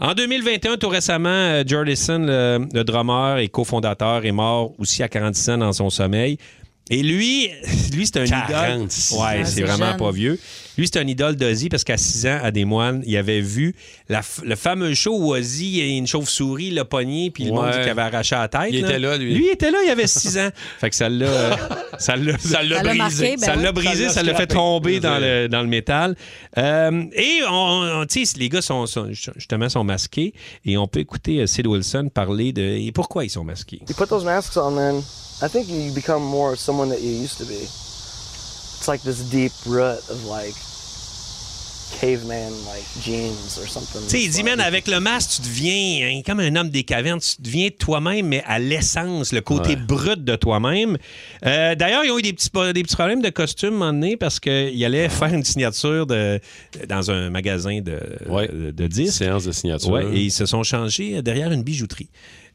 En 2021, tout récemment, euh, Jordison, le, le drummer et cofondateur, est mort aussi à 46 ans dans son sommeil. Et lui, lui c'est un idole. 46 ans, Ouais, c'est c'est vraiment jeune. pas vieux. Lui, c'est un idole d'Ozzy parce qu'à 6 ans, à des moines, il avait vu la f- le fameux show où Ozzy, il y a une chauve-souris, l'a pogné, puis le monde Ouais. dit qu'il avait arraché la tête. Il était là, lui. Lui, il était là, il avait 6 ans. Fait que ça l'a. euh, ça l'a Ça l'a Ça l'a brisé. marqué, ben ça oui. l'a brisé, Ça ça l'a l'a fait scrappé. tomber dans le, dans le métal. Euh, et, on, on- tu sais, les gars sont, sont- justement sont masqués et on peut écouter euh, Sid Wilson parler de. Et pourquoi ils sont masqués? You put those masks on, then I think you become more of someone that you used to be. It's like this deep rut of like caveman like genes or something. Tu sais, il dit, man, avec le masque, tu deviens hein, comme un homme des cavernes, tu deviens toi-même, mais à l'essence, le côté Ouais. brut de toi-même. Euh, D'ailleurs, ils ont eu des petits, po- des petits problèmes de costume à un moment donné parce qu'ils allaient faire une signature de, dans un magasin de, de, de disques. Séance de signature. Ouais, et ils se sont changés derrière une bijouterie.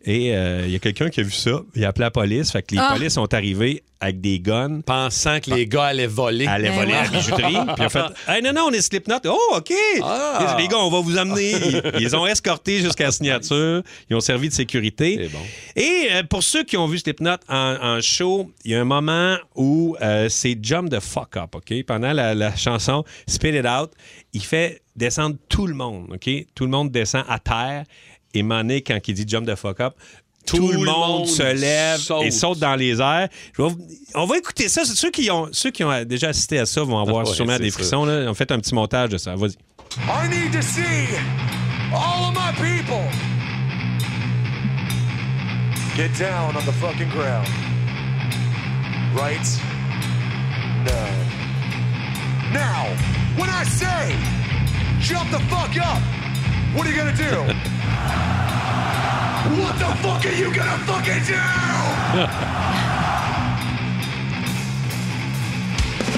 Et euh, il y a quelqu'un qui a vu ça, il a appelé la police, fait que les Ah. polices sont arrivés avec des guns. Pensant que les gars allaient voler. Allaient Ben voler à la oui. bijouterie. Puis ils ont fait ah. Hey, non, non, on est Slipknot. Oh, OK. Ah. Les gars, on va vous amener. Ils, ils les ont escortés jusqu'à la signature. Ils ont servi de sécurité. Et euh, pour ceux qui ont vu Slipknot en, en show, il y a un moment où euh, c'est Jump the Fuck Up, OK? Pendant la, la chanson Spit It Out, il fait descendre tout le monde, OK? Tout le monde descend à terre. Et Mané, quand il dit Jump the Fuck Up, tout, le monde, se lève et saute dans les airs. Je vais vous- On va écouter ça. Ceux qui, ont, ceux qui ont déjà assisté à ça vont avoir Ah ouais, sûrement c'est des ça. frissons. là. On fait un petit montage de ça. Vas-y. I need to see all of my people get down on the fucking ground. Right? No. Now, when I say jump the fuck up, what are you gonna do? what the fuck are you gonna fucking do?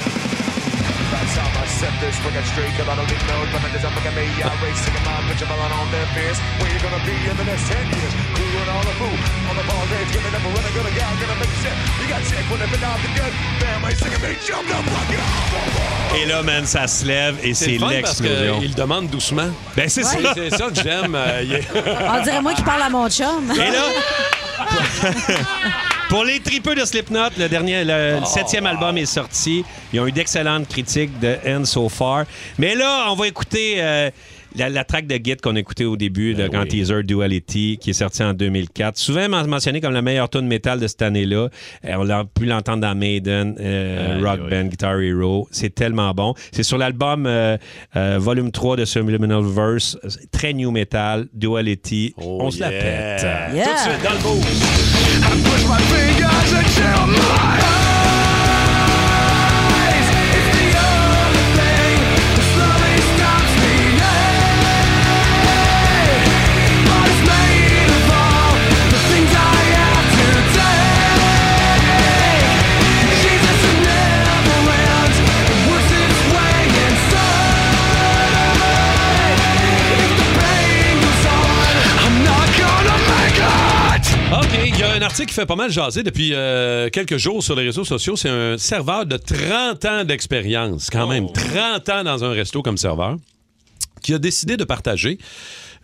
That's how I set this wicked streak And I don't need no defenders I'm looking at me I'm racing in my bitch I'm all on their fears Where you gonna be in the next 10 years Crewing all the food On the ball games Giving up a runner Gonna go Gonna make shit You got sick When I've been out the good Family sick of me Jump the fuck up Et là, man, ça se lève et C'est c'est le fun parce l'explosion. qu'il demande doucement. Ben, c'est Ouais. ça. C'est ça que j'aime. euh, il est- On dirait moi qui parle à mon chum. Et là, Pour les tripeux de Slipknot, le dernier, le, le septième album est sorti. Ils ont eu d'excellentes critiques de End So Far. Mais là, on va écouter euh, la, la track de Git qu'on a écoutée au début, le grand teaser Duality, qui est sorti en 2004. Souvent men- mentionné comme la meilleure tune métal de cette année-là. Euh, on l'a pu l'entendre dans Maiden, euh, Rock Band, Guitar Hero. C'est tellement bon. C'est sur l'album euh, euh, Volume 3 de Subliminal Verse, très new metal, Duality. on se la yeah. pète. Tout de Oh, Yeah. suite, dans le move. Fingers until my eyes It's the only thing That slowly stops me But it's made of all The things I have to take Jesus, it never ends It works its way inside If the pain goes on I'm not gonna make it OK, il y a un article qui fait pas mal jaser depuis euh, quelques jours sur les réseaux sociaux. C'est un serveur de 30 ans d'expérience, quand Oh. même. 30 ans dans un resto comme serveur, qui a décidé de partager.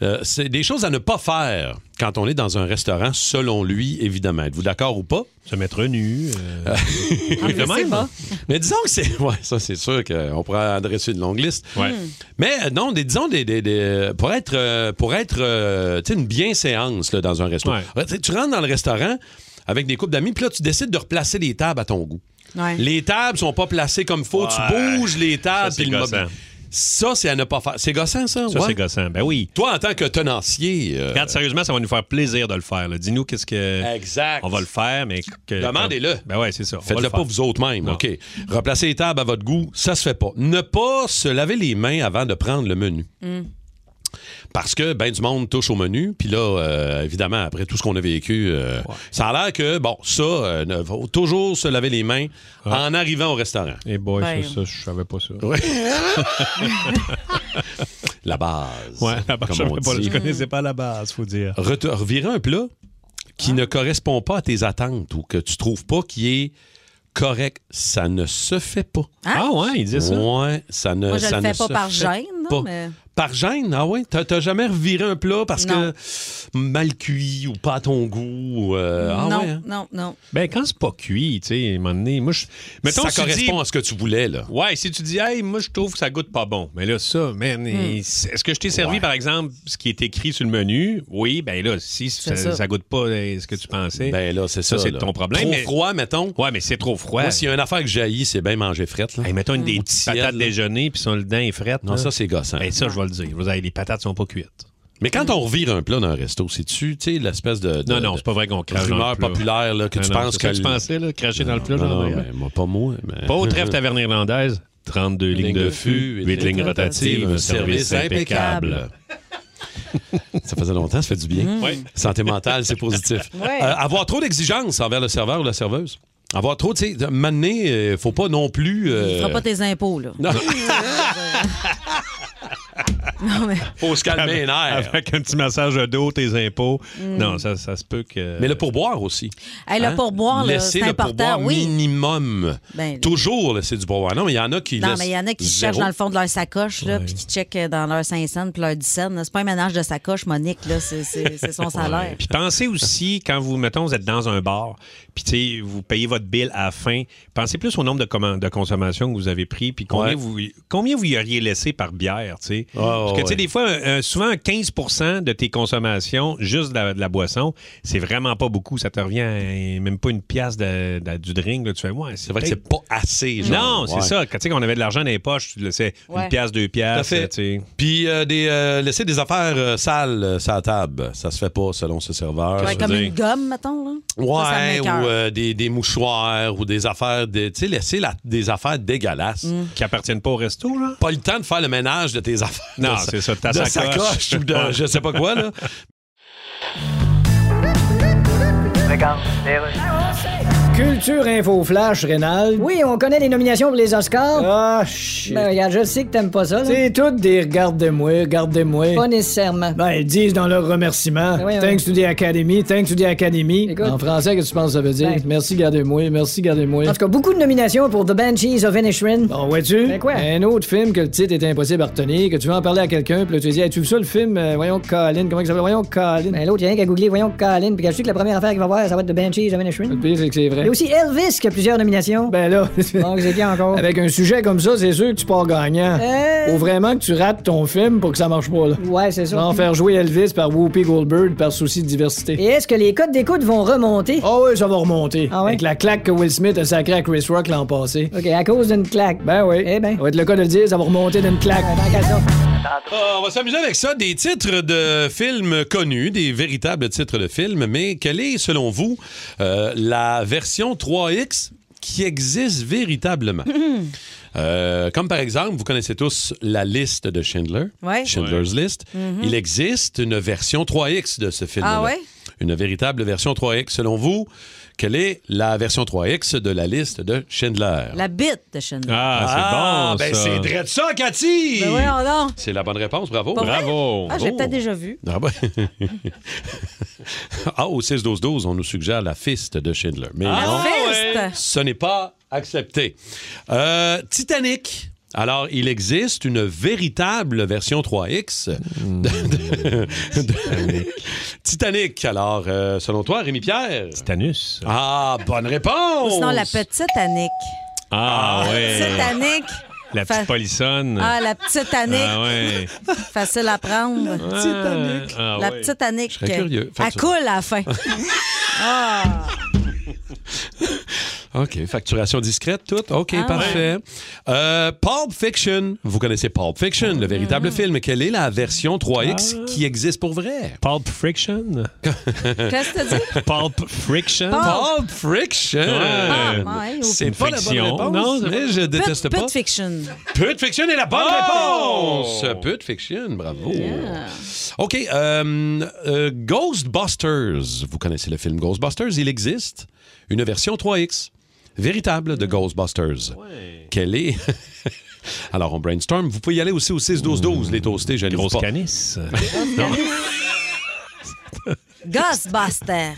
euh, c'est des choses à ne pas faire quand on est dans un restaurant, selon lui, évidemment. Êtes-vous d'accord ou pas? Se mettre nu. euh, Ah, Oui, de je sais même. pas. Mais disons que c'est. Ouais, ça, c'est sûr qu'on pourrait adresser une longue liste. Ouais. Mais euh, non, des- disons, des, des- des- pour être, euh, pour être euh, tu sais, une bienséance là, dans un restaurant. Ouais, tu sais, Tu rentres dans le restaurant avec des couples d'amis, puis là, tu décides de replacer les tables à ton goût. Ouais. Les tables sont pas placées comme faut. Ouais. Tu bouges les tables. Ça, c'est puis le mobilier. gossant. Ça, c'est à ne pas faire. C'est gossant, ça? Ça, Ouais. c'est gossant. Ben oui. Toi, en tant que tenancier. euh, Regarde, sérieusement, ça va nous faire plaisir de le faire. là. Dis-nous qu'est-ce que. Exact. On va le faire, mais. que- Demandez-le. Ben ouais, c'est ça. On va Faites-le le pas faire. vous autres même. Non. OK. Replacer les tables à votre goût, ça se fait pas. Ne pas se laver les mains avant de prendre le menu. Hmm. Parce que ben du monde touche au menu, puis là, euh, évidemment, après tout ce qu'on a vécu, euh, ça a l'air que, bon, ça, euh, ne- faut toujours se laver les mains en arrivant au restaurant. Eh boy, Ouais. ça, ça, je savais pas ça. la Ah, base. Ouais, la base, comme je savais on pas. dit. Je connaissais pas la base, faut dire. Retou- Revirer un plat Ah. qui ne correspond pas à tes attentes ou que tu trouves pas qui est correct, ça ne se fait pas. Hein? Ah ouais, il disait ça? Ouais, ça ne Moi, je ça le ne fais pas se par fait gêne, non, pas. mais- Par gêne, ah ouais? T'as t'as jamais reviré un plat parce que mal cuit ou pas à ton goût? ou, euh, ah non, ouais, hein? non, non. Ben, quand c'est pas cuit, tu sais, à un moment donné, moi, je. Mettons, ça si tu correspond dis- à ce que tu voulais, là. Ouais, si tu dis, hey, moi, je trouve que ça goûte pas bon. Mais là, ça, man, Hmm. est-ce que je t'ai servi, par exemple, ce qui est écrit sur le menu? Oui, ben là, si ça, ça. ça goûte pas euh, ce que tu pensais. Ben là, c'est ça. c'est là. ton problème. Trop mais- froid, mettons. Ouais, mais c'est trop froid. Moi, s'il y a une affaire que jaillit, c'est bien manger frette. Là. mettons Mmh. une des petites ciel, patates là. déjeuner, puis son le dent est frette. Non, là. ça, c'est gossant. Ben, ça, je vais le dire. Je vais dire, les patates sont pas cuites. Mais quand on revire un plat dans un resto, c'est-tu, tu sais, l'espèce de, de- Non, non, de- c'est pas vrai qu'on crache dans le rumeur plat. populaire là, que Non, tu non, penses c'est ça que... tu le- pensais, là, cracher dans le plat, Non, genre, non, ouais. mais moi, pas moi. mais- Pas au trèfle taverne irlandaise. 32 lignes de fût, 8 lignes rotatives, un service impeccable. ça faisait longtemps, ça fait du bien. Mm. Oui. Santé mentale, c'est positif. Ouais. Euh, avoir trop d'exigences envers le serveur ou la serveuse. Avoir trop, tu sais, mané, faut pas non plus. euh, Tu feras pas tes impôts, là. Non. Non, mais... Faut se calmer les nerfs. Avec un petit massage de dos, tes impôts. Mm. Non, ça, ça se peut que. Mais le pourboire aussi. Hey, le pourboire, là, Laissez c'est hein, le important, pourboire oui. minimum. Ben, Toujours laisser du pourboire. Non, mais il y en a qui Non, laissent mais il y en a qui zéro. cherchent dans le fond de leur sacoche, là, puis qui checkent euh, dans leur 5 cents, puis leur 10 cents. là. C'est pas un ménage de sacoche, Monique, là, c'est- c'est c'est son salaire. Ouais. Puis pensez aussi, quand vous, mettons, vous êtes dans un bar, puis tu sais, vous payez votre bill à la fin, pensez plus au nombre de, commandes- de consommations que vous avez pris, puis combien, Ouais. vous, combien vous y auriez laissé par bière, tu sais. Ah, Parce que, ouais. tu sais, des fois, un- un- souvent, 15 de tes consommations, juste de la, de la boisson, c'est vraiment pas beaucoup. Ça te revient à même pas une pièce de, de- du drink, là, tu fais, ouais, c'est vrai que c'est pas assez, genre. Non, c'est Ouais. ça. Quand tu sais, qu'on avait de l'argent dans les poches, tu laissais Ouais. une pièce, deux Tout à pièces, fait. tu sais. Puis euh, des, euh, laisser des affaires euh, sales euh, sur la table, ça se fait pas selon ce serveur. Ouais, Je veux comme dire. une gomme, mettons. Là. Ouais, Ça, ça m'écoeure. ou euh, des, des mouchoirs ou des affaires. De, tu sais, laisser la- des affaires dégueulasses. Mm. Qui appartiennent pas au resto, là. Pas le temps de faire le ménage de tes affaires. Non, de sa- c'est ça, de ta de sacoche. sacoche ou de Ouais. je sais pas quoi, là. Culture Info Flash, Rénal. Oui, on connaît les nominations pour les Oscars. Ah, shit. Ben, regarde, je sais que t'aimes pas ça. là. C'est tout des regarde-moi, regarde-moi. Pas nécessairement. Ben, ils disent dans leur remerciement Oui, oui. Thanks to the Academy, thanks to the Academy. Écoute. En français, qu'est-ce que tu penses que ça veut dire Ben. Merci, gardez-moi, merci, gardez-moi. En tout cas, beaucoup de nominations pour The Banshees of Inisherin. Bon, vois-tu? Ben quoi? Un autre film que le titre est impossible à retenir, que tu veux en parler à quelqu'un, puis là, tu lui dis, hey, tu veux ça le film? Euh, voyons, Colin, comment il s'appelle? Voyons, Colin. Ben, l'autre, il y a rien qu'à googler, voyons Colin, puis je sais que la première affaire qu'il va voir, ça va être The Banshees of Inisherin. Le pire, c'est que c'est Il vrai. y a aussi Elvis qui a plusieurs nominations. Ben là, Donc, c'est qui encore? avec un sujet comme ça, c'est sûr que tu pars gagnant. Euh, Faut vraiment que tu rates ton film pour que ça marche pas, là. Ouais, c'est ça. Non, faire jouer Elvis par Whoopi Goldberg par souci de diversité. Et est-ce que les codes d'écoute vont remonter? Ah oui, ça va remonter. Ah ouais? Avec la claque que Will Smith a sacrée à Chris Rock l'an passé. OK, à cause d'une claque. Ben oui. Eh ben. Ça va être le cas de le dire, ça va remonter d'une claque. Ben, tant qu'à ça. Ah, on va s'amuser avec ça, des titres de films connus, des véritables titres de films, mais quelle est, selon vous, euh, la version 3X qui existe véritablement? Euh, comme par exemple, vous connaissez tous la liste de Schindler, Ouais. Mm-hmm. Schindler's List. Il existe une version 3X de ce film. Ah ouais? Une véritable version 3X. Selon vous, quelle est la version 3X de la liste de Schindler? La bite de Schindler. Ah, Ah, c'est ben bon, ça. c'est vrai de ça, Cathy! Ben voyons donc. C'est la bonne réponse, bravo. Pas vrai? Bravo. Ah, je l'ai peut-être déjà vu. Ah, ben. ah, au 6-12-12, on nous suggère la fiste de Schindler. Mais non, Ah La fiste. ce n'est pas accepté. Euh, Titanic. Alors, il existe une véritable version 3X de, de- de- Titanic. Alors, euh, selon toi, Rémi Pierre? Tanus. Ah, bonne Ou réponse! sinon, la petite Annick. Ah, Petite ouais. Annick. La Fa- petite polissonne. Ah, la petite Annick. Ah ouais. Facile à prendre. Titanic. Ah, la ouais. petite Annick. serais curieux. Fait Elle que- coule à la fin. Ah. OK. Facturation discrète, tout. OK, Ah. parfait. Euh, Pulp Fiction. Vous connaissez Pulp Fiction, le véritable Ah. film. Quelle est la version 3X qui existe pour vrai? Pulp Friction. Qu'est-ce que tu dis? Pulp Friction. Pulp. Pulp Friction! Ah, Ouais. ouais, ou- C'est une pas la fiction. bonne réponse, Non, c'est mais je Put- déteste Put pas. fiction. Put Fiction est la bonne Oh! réponse! Put Fiction, bravo. OK, euh, euh, Ghostbusters. Vous connaissez le film Ghostbusters? Il existe une version 3X véritable de Ah Ghostbusters. Quelle est... Alors, on brainstorm. Vous pouvez y aller aussi au 6-12-12, les toastés, je Mmh. Grosse pas. canisse. Ghostbuster.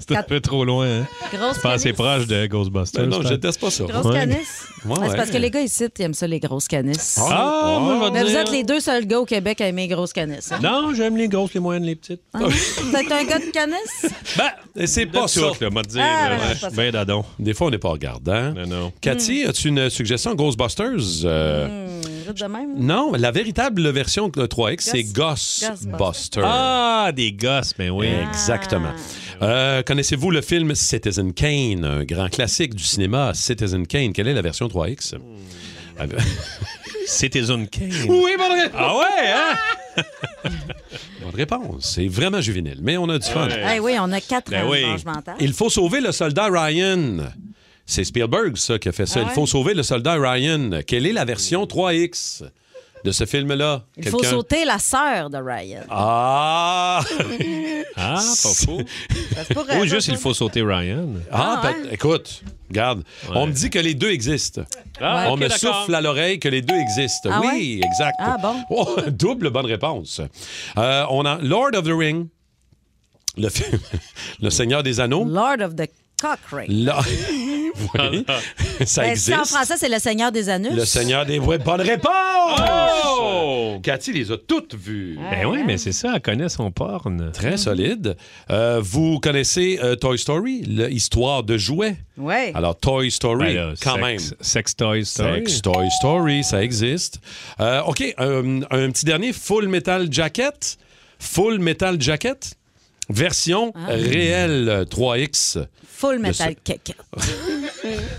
C'est un peu trop loin. Hein? Grosse Pas assez canisse. proche de Ghostbusters. Ben non, je je déteste pas ça. Grosse Ouais. canisse. Ouais, Ah, C'est parce ouais. que les gars ici, ils aiment ça, les grosses canisses. Ah, moi, je vais te Mais vous dire- êtes les deux seuls gars au Québec à aimer les grosses canisses. hein? Non, j'aime les grosses, les moyennes, les petites. Ah non? Vous êtes un gars de canisse? Ben, c'est pas Pas ça. toutes, là, m'a dit. Ah, là, ouais, ouais, c'est pas ça. Mmh. Ben, dadon. Des fois, on n'est pas regardant. Non, non. Cathy, as-tu une suggestion Ghostbusters? Euh, Vous êtes de même? Non, la véritable version de 3X, c'est Ghostbusters. Ah. Ah, des gosses, ben oui. Exactement. Euh, Connaissez-vous le film Citizen Kane, un grand classique du cinéma, Citizen Kane? Quelle est la version 3X? Ah, ben- C'est tes zones oui, bonne réponse! Ah ouais, hein? Bonne réponse. C'est vraiment juvénile, mais on a du fun. Eh oui, on a quatre Ben ans oui. de mange mentale. Il faut sauver le soldat Ryan. C'est Spielberg, ça, qui a fait ça. Ah ouais? Il faut sauver le soldat Ryan. Quelle est la version 3X de ce film-là? Il faut Quelqu'un? sauter la sœur de Ryan. Ah! Ah, pas faux. pourrait, Ou ça juste, il faut sauter Ryan. Ah, Ah, peut- ouais. écoute, regarde, on me dit que les deux existent. Ah, on ok, me d'accord. souffle à l'oreille que les deux existent. Ah oui, exact. Ah, bon. Oh, double bonne réponse. Euh, on a Lord of the Ring, le film Le Seigneur des Anneaux. Lord of the Cochrane. Là- Oui, Ah, ça Ben, si en existe. français, c'est le Seigneur des anus. Le Seigneur des Ouais, bonne réponse! Cathy les a toutes vues. Ben oui, mais c'est ça, elle connaît son porn. Mmh. Très solide. Euh, vous connaissez euh, Toy Story, l'histoire de jouets. Ouais. Alors, Toy Story, Ben là, quand sex- même. Sex Toy Story. Sex Toy Story, ça existe. Euh, OK, euh, un petit dernier, Full Metal Jacket. Full Metal Jacket, version réelle euh, 3X. Full De metal ce- caquette.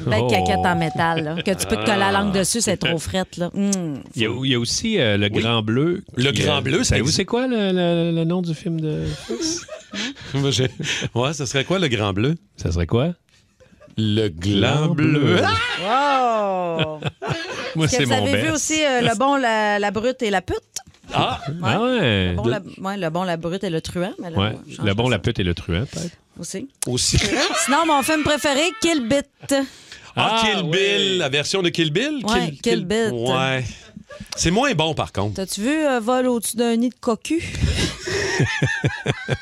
Belle Oh. caquette en métal, là, que tu peux te coller la langue dessus, c'est trop frette. Là. Mm. Il y a, il y a aussi euh, le Grand Bleu. Le qui, Grand Bleu, ça savez-vous existe. Euh, ben, c'est quoi le, le- le nom du film de. Moi, j'ai- ouais, ça serait quoi le grand bleu? ça serait quoi? Le gland bleu. Ah, Wow! Ah! Moi, Est-ce c'est que vous mon avez vu best. aussi euh, le bon, la, la brute et la pute? Ah! Ah ouais. Le bon, De- la, ouais, le bon, la brute et le truand. Mais là, Ouais. on change Le bon, la pute et le truand, peut-être. aussi. Aussi. Sinon, mon film préféré, Kill Bit. Ah, Ah, Kill oui. Bill, la version de Kill Bill? Ouais, Kill Bill. Ouais. C'est moins bon, par contre. T'as-tu vu euh, Vol au-dessus d'un nid de cocu? ça,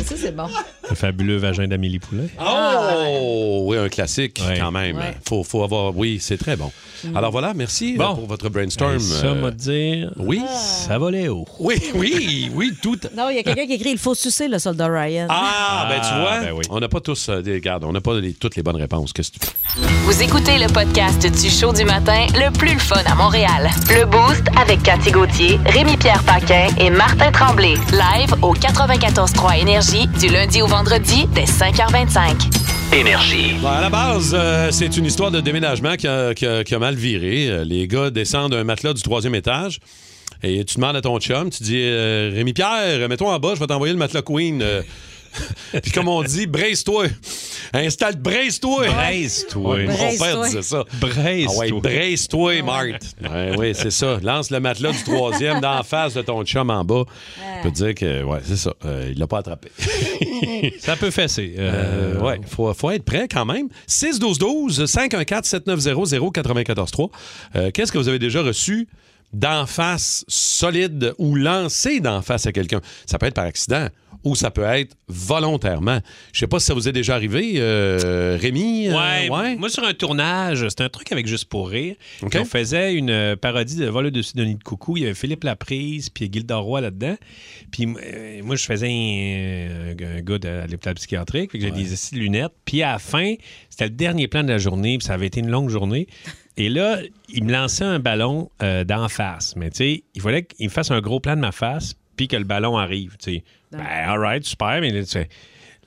aussi, c'est bon. Le fabuleux vagin d'Amélie Poulet. Oh! Oui, un classique, Ouais. quand même. Ah, Ouais. Mm. Faut, faut avoir... Oui, c'est très bon. Alors voilà, merci euh, Bon. Ben, pour votre brainstorm. Ça euh, m'a dire. Oui. Ça volait haut. Oui, oui, oui, tout. Non, il y a quelqu'un qui écrit Il faut sucer le soldat Ryan. Ah, ben tu vois, ben oui. on n'a pas tous, euh, des, regarde, on n'a pas les- toutes les bonnes réponses. Qu'est-ce que tu Vous écoutez le podcast du show du matin le plus le fun à Montréal. Le Boost avec Cathy Gauthier, Rémi-Pierre Paquin et Martin Tremblay. Live au 94.3 Énergie du lundi au vendredi dès 5h25. Énergie. Bon, à la base, euh, c'est une histoire de déménagement qui a, qui a- qui a mal viré. Euh, Les gars descendent d'un matelas du troisième étage. Et tu demandes à ton chum, tu dis euh, Rémi Pierre, mets-toi en bas, je vais t'envoyer le matelas Queen. Euh, Puis comme on dit, braise-toi. Installe, braise-toi. Braise-toi. Ouais, mon père Braise-toi. disait ça. Braise-toi. Ah ouais, braise-toi, Marthe. Ouais, oui, c'est ça. Lance le matelas du troisième d'en face de ton chum en bas. Je peux te dire que, ouais, c'est ça. Euh, il l'a pas attrapé. Ça peut fesser. Euh, Euh, ouais, faut, faut être prêt quand même. 6 12 12 514 7900 94 3. Euh, Qu'est-ce que vous avez déjà reçu d'en face solide ou lancé d'en face à quelqu'un Ça peut être par accident ou ça peut être volontairement. Je sais pas si ça vous est déjà arrivé, euh, Rémi. euh, Ouais, Moi, sur un tournage, c'était un truc avec Juste pour rire. OK. Puis On faisait une euh, parodie de Vol au-dessus d'un nid de coucou. Il y avait Philippe Laprise puis Gilda Roy là-dedans. Puis euh, moi, je faisais euh, un, un gars de, à l'hôpital psychiatrique. Fait que j'avais des assis de lunettes. Puis à la fin, c'était le dernier plan de la journée. Puis ça avait été une longue journée. Et là, il me lançait un ballon euh, d'en face. Mais tu sais, il fallait qu'il me fasse un gros plan de ma face puis que le ballon arrive. Tu sais, ben, all right, super. Mais là, tu fais-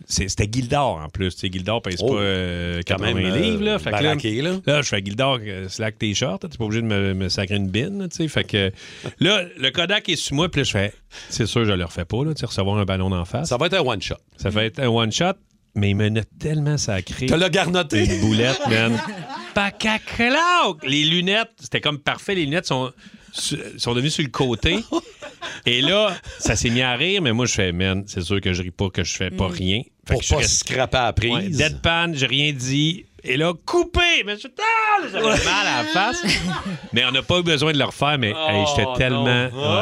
c'est- C'était Gildor en plus. Tu sais, Gildor pèse Oh. pas euh, Quand 80 même, euh, livres. Là, Fait que là, baraqué, là. Là, je fais Gildor, euh, slack tes shorts, t'es pas obligé de me, me sacrer une bine, là, tu sais. Fait que euh, là, le Kodak est sur moi, puis là, je fais, c'est sûr, je le refais pas, là, tu sais, recevoir un ballon d'en face. Ça Ça, va être un one shot. fait être un one-shot, mais il me note tellement sacré. Tu l'as garnoté. Une boulette, man. Pacaclac! Les lunettes, c'était comme parfait, les lunettes sont, su- sont devenues sur le côté. Et là, ça s'est mis à rire, mais moi, je fais, man, c'est sûr que je ris pas, que je fais pas rien. Fait Pour que je pas reste- se scraper à la prise. Ouais, deadpan, j'ai rien dit. Et là, coupé! Mais je ah, là, j'avais mal à la face. mais on n'a pas eu besoin de le refaire, mais hey, j'étais tellement.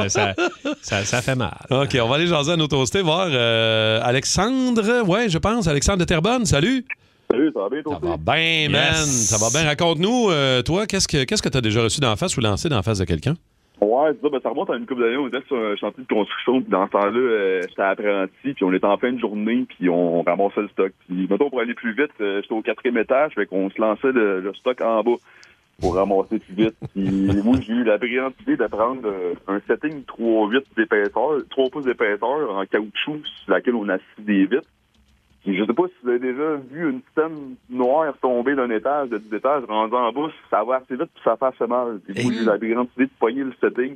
Ouais, ça, ça, ça fait mal. Ah, OK, on va aller jaser à nos toastés, voir euh, Alexandre. Ouais, je pense. Alexandre de Terrebonne, salut. Salut, ça va bien, toi Ça aussi? va bien, man. Yes. Ça va bien. Raconte-nous, euh, toi, qu'est-ce que qu'est-ce que t'as déjà reçu d'en face ou lancé d'en face de quelqu'un? Ouais, c'est ça, ben, ça remonte à une couple d'années, on était sur un chantier de construction, puis dans ce temps-là, euh, j'étais apprenti, puis on était en fin de journée, puis on ramassait le stock. Puis, mettons, pour aller plus vite, euh, j'étais au quatrième étage, fait qu'on se lançait le, le stock en bas pour ramasser plus vite. Puis, moi, j'ai eu la brillante idée de prendre euh, un setting 3,8 d'épaisseur, 3 pouces d'épaisseur en caoutchouc sur laquelle on assit des vitres. Puis, je sais pas si vous avez déjà vu une scène noire tomber d'un étage, de deux étages, rendu en bas, ça va assez vite, puis ça fait assez mal. Puis, moi, j'ai eu la brillante idée de pogner le setting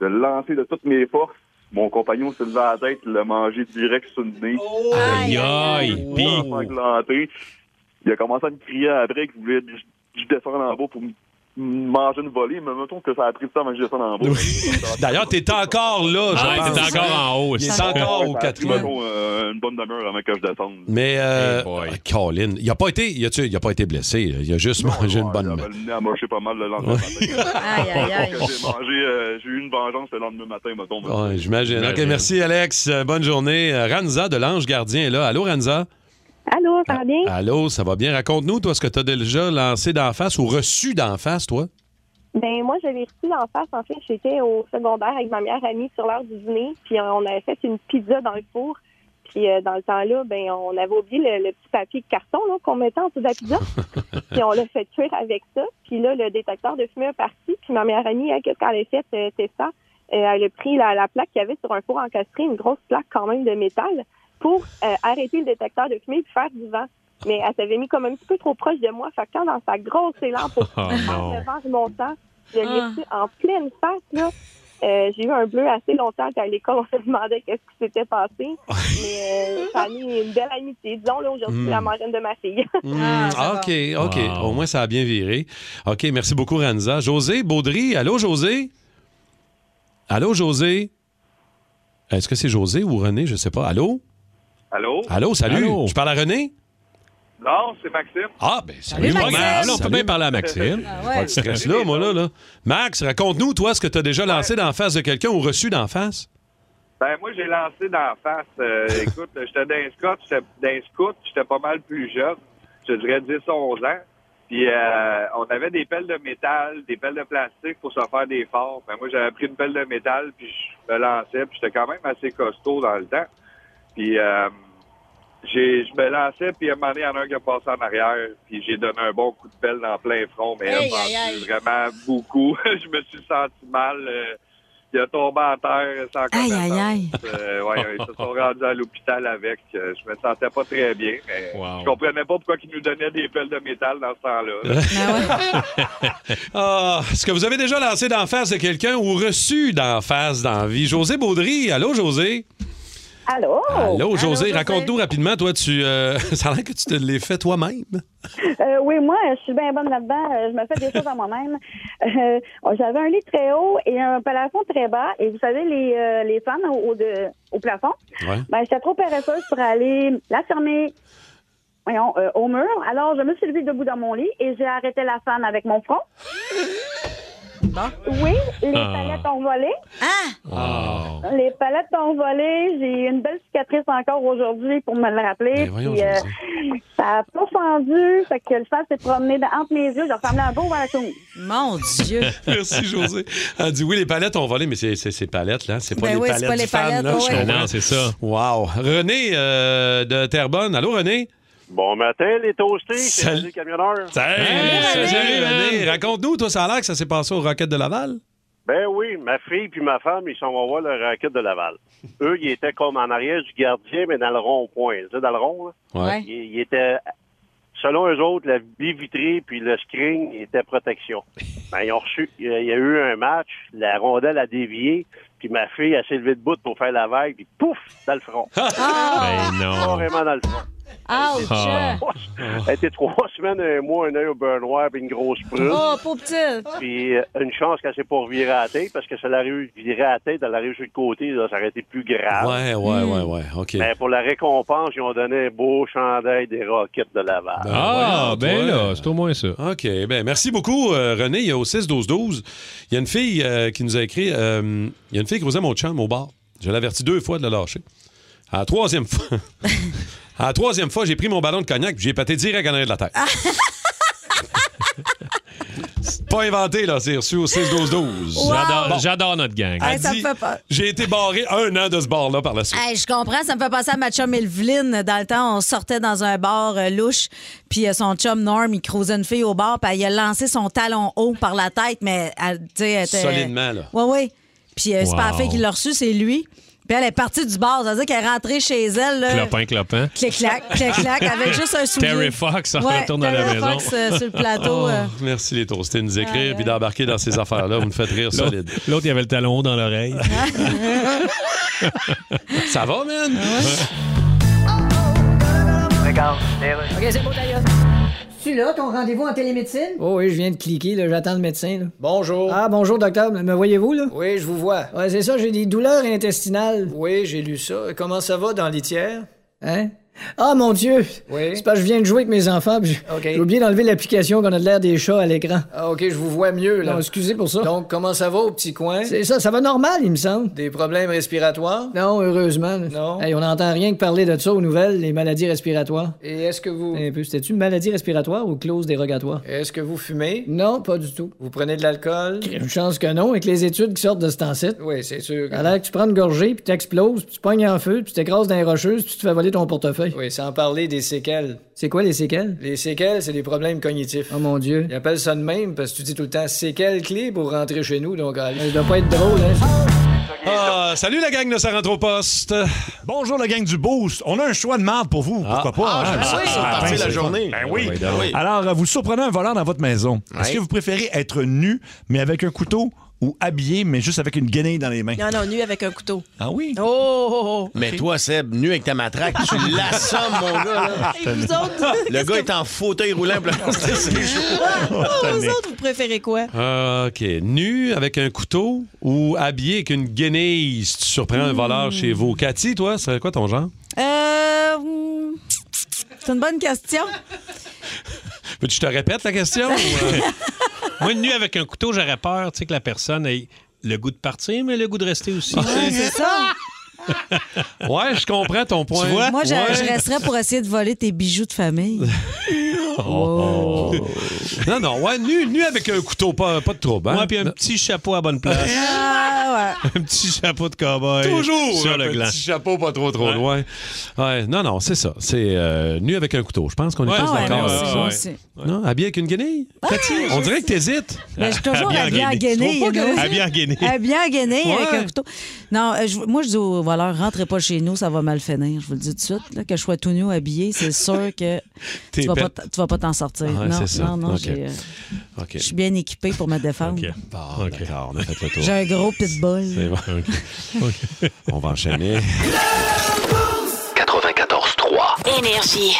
de le lancer de toutes mes forces. Mon compagnon s'est levé à la tête, l'a mangé direct sur le nez. Aïe, aïe, Il puis- a ensanglanté. Il a commencé à me crier après qu'il voulait que je- je descende en bas pour me manger une volée, mais mettons que ça a pris du temps avant que je descende en bas. D'ailleurs, t'es encore là, je Ah, pense. t'es encore en haut, Il c'est est ça. encore au Ouais, ben, quatrième. mettons, euh, une bonne demi-heure avant que je descende. Mais, euh, ah, Colin, il n'a pas, été- il a, tu- il a pas été blessé. Il a juste mangé une bonne main. Le nez a mâché pas mal le lendemain matin. Donc, J'ai mangé, euh, j'ai eu une vengeance le lendemain matin, mettons. Ouais, J'imagine. OK, J'imagine. merci, Alex. Euh, Bonne journée. Euh, Ranza de l'Ange Gardien est là. Allô, Ranza? Allô, Ah. ça va bien? Allô, ça va bien? Raconte-nous, toi, ce que tu as déjà lancé d'en face ou reçu d'en face, toi? Ben moi, j'avais reçu d'en face. En fait, j'étais au secondaire avec ma meilleure amie sur l'heure du dîner, puis euh, on avait fait une pizza dans le four. Puis euh, dans le temps-là, ben on avait oublié le, le petit papier de carton là, qu'on mettait en dessous de la pizza. puis on l'a fait cuire avec ça. Puis là, le détecteur de fumée est parti. Puis ma meilleure amie, elle, qu'est-ce qu'elle a fait euh, c'est ça. Euh, elle a pris la, la plaque qu'il y avait sur un four encastré, une grosse plaque quand même de métal, pour euh, arrêter le détecteur de fumée et faire du vent. Mais elle s'avait mis comme un petit peu trop proche de moi. Fait que quand dans sa grosse élan pour Oh non. devant mon temps, je l'ai Ah. reçu en pleine face. Là. Euh, j'ai eu un bleu assez longtemps puis à l'école, on se demandait qu'est-ce qui s'était passé. Mais euh, ça a mis une belle amitié. Disons, là, aujourd'hui, Mm. c'est la marraine de ma fille. Ah, OK, OK. Au moins, ça a bien viré. OK, merci beaucoup, Ranza. José Baudry. Allô, José? Allô, José? Est-ce que c'est José ou René? Je sais pas. Allô? Allô? Allô, salut. Allô. Je parle à René? Non, c'est Maxime. Ah, ben, salut, Maxime. Max. Là, on peut Salut. bien parler à Maxime. Ah ouais. Pas de stress là, moi, là. là. Max, raconte-nous, toi, ce que tu as déjà lancé d'en face de quelqu'un ou reçu d'en face. Ben, moi, j'ai lancé d'en face. Euh, écoute, j'étais dans un scout, j'étais dans un scout, j'étais pas mal plus jeune. Je dirais 10, 11 ans. Puis, euh, on avait des pelles de métal, des pelles de plastique pour se faire des forts. Ben, moi, j'avais pris une pelle de métal, puis je me lançais, puis j'étais quand même assez costaud dans le temps. Puis, euh, j'ai, je me lançais, puis à un moment donné, il y en a un qui a passé en arrière, puis j'ai donné un bon coup de pelle dans plein front, mais Aïe, elle m'a aïe, aïe. eu vraiment beaucoup. je me suis senti mal. euh, il a tombé à terre sans Aïe, aïe, aïe. euh, ouais, ils se sont rendus à l'hôpital avec. Euh, Je me sentais pas très bien, mais je comprenais pas pourquoi ils nous donnaient des pelles de métal dans ce temps-là. Ah, Est-ce que vous avez déjà lancé d'en face de quelqu'un ou reçu d'en face dans la vie? José Baudry, allô, José? Oh. Allô? Allô, José, raconte-nous rapidement, toi, tu, euh, ça a l'air que tu te l'es fait toi-même. Euh, oui, moi, je suis bien bonne là-dedans. Euh, Je me fais des choses à moi-même. Euh, J'avais un lit très haut et un plafond très bas. Et vous savez, les, euh, les fans au, au- de- au plafond, Ouais. ben, j'étais trop paresseuse pour aller la fermer voyons, euh, au mur. Alors, je me suis levée debout dans mon lit et j'ai arrêté la fan avec mon front. Oui, les Ah. palettes ont volé. Wow. Les palettes ont volé. J'ai une belle cicatrice encore aujourd'hui pour me le rappeler. Ben voyons, Puis, euh, ça a pas fendu. Fait que le sang s'est promené dans- entre mes yeux. Je ressemblais à un beau raccoon. Mon Dieu! Merci, José. Elle dit oui, les palettes ont volé, mais c'est c'est ces palettes-là. C'est pas Ben les oui, c'est palettes pas du les fan, palettes, là, ouais. je comprends. Non, c'est ça. Wow. René euh, de Terrebonne. Allô, René? Bon matin, les toastés. Salut. Salut, les camionneurs. Salut, salut, René. Raconte-nous, toi, ça a l'air que ça s'est passé aux Roquettes de Laval. Ben oui, ma fille puis ma femme, ils sont allés voir le racket de Laval. Eux, ils étaient comme en arrière du gardien, mais dans le rond-point. Tu sais, dans le rond, là. Ouais. Ils, ils étaient, selon eux autres, la bivitrée puis le screen était protection. Ben, ils ont reçu, il y a- il y a eu un match, la rondelle a dévié, puis ma fille a s'est levée de bout pour faire la vague, puis pouf, dans le front. Ah! Ben non. Carrément dans le front. Ouch! Ah. Oh. Elle était trois semaines, un mois, un œil au beurre noir puis une grosse prune. Oh, pauvre petite! Puis euh, une chance qu'elle s'est pas revirée à la tête, parce que si elle arrive virée à la tête, elle arrive sur le côté, là, ça aurait été plus grave. Hmm. Ouais, ouais, ouais, ouais. OK. Mais pour la récompense, ils ont donné un beau chandail des Rockets de Laval. Ah, ben là, c'est au moins ça. OK. Ben, merci beaucoup, euh, René. Il y a au 6-12-12, il y a une fille euh, qui nous a écrit euh, il y a une fille qui osait mon chum au bar. Je l'ai averti deux fois de le lâcher. À la troisième fois, à la troisième fois, j'ai pris mon ballon de cognac puis j'ai pété direct en arrière de la tête. C'est Pas inventé, là, c'est reçu au 6-12-12. Wow. J'adore- j'adore notre gang. Hey, ça me fait peur. J'ai été barré un an de ce bar-là par la suite. Hey, je comprends, ça me fait penser à ma chum Elveline. Dans le temps, on sortait dans un bar euh, louche, puis euh, son chum Norm, il croisait une fille au bar, puis il a lancé son talon haut par la tête, mais elle, tu sais, elle était... Solidement, là. Oui, oui. Puis euh, c'est pas la Wow. fille qui l'a reçu, c'est lui. Puis elle est partie du bar, ça veut dire qu'elle est rentrée chez elle. Là, Clopin, clopin. Clic-clac, clic-clac, avec juste un soulier. Terry Fox, on Ouais, retourne à la Terry maison. Fox, euh, sur le plateau. euh. Oh, Merci les toastés de nous écrire puis d'embarquer dans ces affaires-là. Vous me faites rire L'autre- solide. L'autre, il avait le talon haut dans l'oreille. Ça va, man? OK, c'est beau, d'ailleurs. C'est-tu là, ton rendez-vous en télémédecine? Oh oui, je viens de cliquer, là, j'attends le médecin. Bonjour. Ah, bonjour, docteur. Me voyez-vous, là? Oui, je vous vois. Ouais, c'est ça, j'ai des douleurs intestinales. Oui, j'ai lu ça. Comment ça va dans l'itière? Hein? Ah, mon Dieu! Oui. C'est parce que je viens de jouer avec mes enfants, puis j'ai OK. j'ai oublié d'enlever l'application qu'on a de l'air des chats à l'écran. Ah, OK, je vous vois mieux, là. Non, excusez pour ça. Donc, comment ça va au petit coin? C'est ça, ça va normal, il me semble. Des problèmes respiratoires? Non, heureusement. là. Hey, on n'entend rien que parler de ça aux nouvelles, les maladies respiratoires. Et est-ce que vous... Un peu, c'était-tu maladie respiratoire ou clause dérogatoire? Est-ce que vous fumez? Non, pas du tout. Vous prenez de l'alcool? Une chance que non, avec les études qui sortent de ce temps-ci. Oui, c'est sûr. que- À l'air que tu prends une gorgée, puis t'exploses, puis tu pognes en feu, puis t'écrases dans les rocheuses, puis tu te fais voler ton portefeuille. Oui, sans parler des séquelles. C'est quoi les séquelles? Les séquelles, c'est des problèmes cognitifs. Oh mon Dieu. Ils appellent ça de même parce que tu dis tout le temps séquelles clés pour rentrer chez nous, donc... allez. Ça doit pas être drôle, hein? Ah, salut la gang de Ça rentre au poste. Ah. Bonjour la gang du Boost. On a un choix de marde pour vous. Pourquoi pas? Ah, hein? j'aime ça, Ah, ça, ben, partir c'est la le fun. journée. Ben oui. Ah oui, ben oui. Alors, euh, vous surprenez un voleur dans votre maison. Est-ce Ouais. que vous préférez être nu, mais avec un couteau, ou habillé, mais juste avec une guenille dans les mains? Non, non, nu avec un couteau. Ah oui? Oh, oh, oh. Mais toi, Seb, nu avec ta matraque, tu l'assommes, mon gars. là. Et vous autres? Le gars est en fauteuil roulant. puis là, c'est- c'est chaud. Oh, vous autres, vous préférez quoi? Ah, OK. Nu avec un couteau ou habillé avec une guenille si tu surprends un voleur Hmm. chez vous. Cathy, toi, c'est quoi ton genre? Euh, hmm, C'est une bonne question. Veux-tu que je te répète la question? ou, euh? Moi, nu avec un couteau, j'aurais peur, tu sais, que la personne ait le goût de partir, mais le goût de rester aussi. C'est ça. ouais, je comprends ton point. Moi, je, je Ouais. resterais pour essayer de voler tes bijoux de famille. Oh. non, non, ouais, nu, nu avec un couteau, pas, pas de trouble. Hein? Moi, puis un petit chapeau à bonne place. Ah, un petit chapeau de cowboy. Toujours Sur un le petit gland. chapeau pas trop trop loin. Ouais, non, non, c'est ça. C'est euh, nu avec un couteau. Je pense qu'on est Ouais, tous ah ouais, d'accord moi avec aussi, ça. moi aussi. Non, habillé avec une guenille? Cathy, on dirait que t'hésites. Ben, je suis toujours habillée en guenille. moi. Habillée en guenille avec un Ouais. couteau. Non, euh, je- moi, je dis aux voleurs, rentrez pas chez nous, ça va mal finir. Je vous le dis tout de suite. là, que je sois tout nu habillé, c'est sûr que T'es tu vas, pas, bête. t- tu vas pas t'en sortir. Ah ouais, non, c'est ça. non, non, OK. j'ai, euh, OK. je suis bien équipée pour me défendre. Bon, d'accord, on a fait le tour. J'ai un gros pitbull. C'est bon. On va enchaîner. 94.3. Énergie.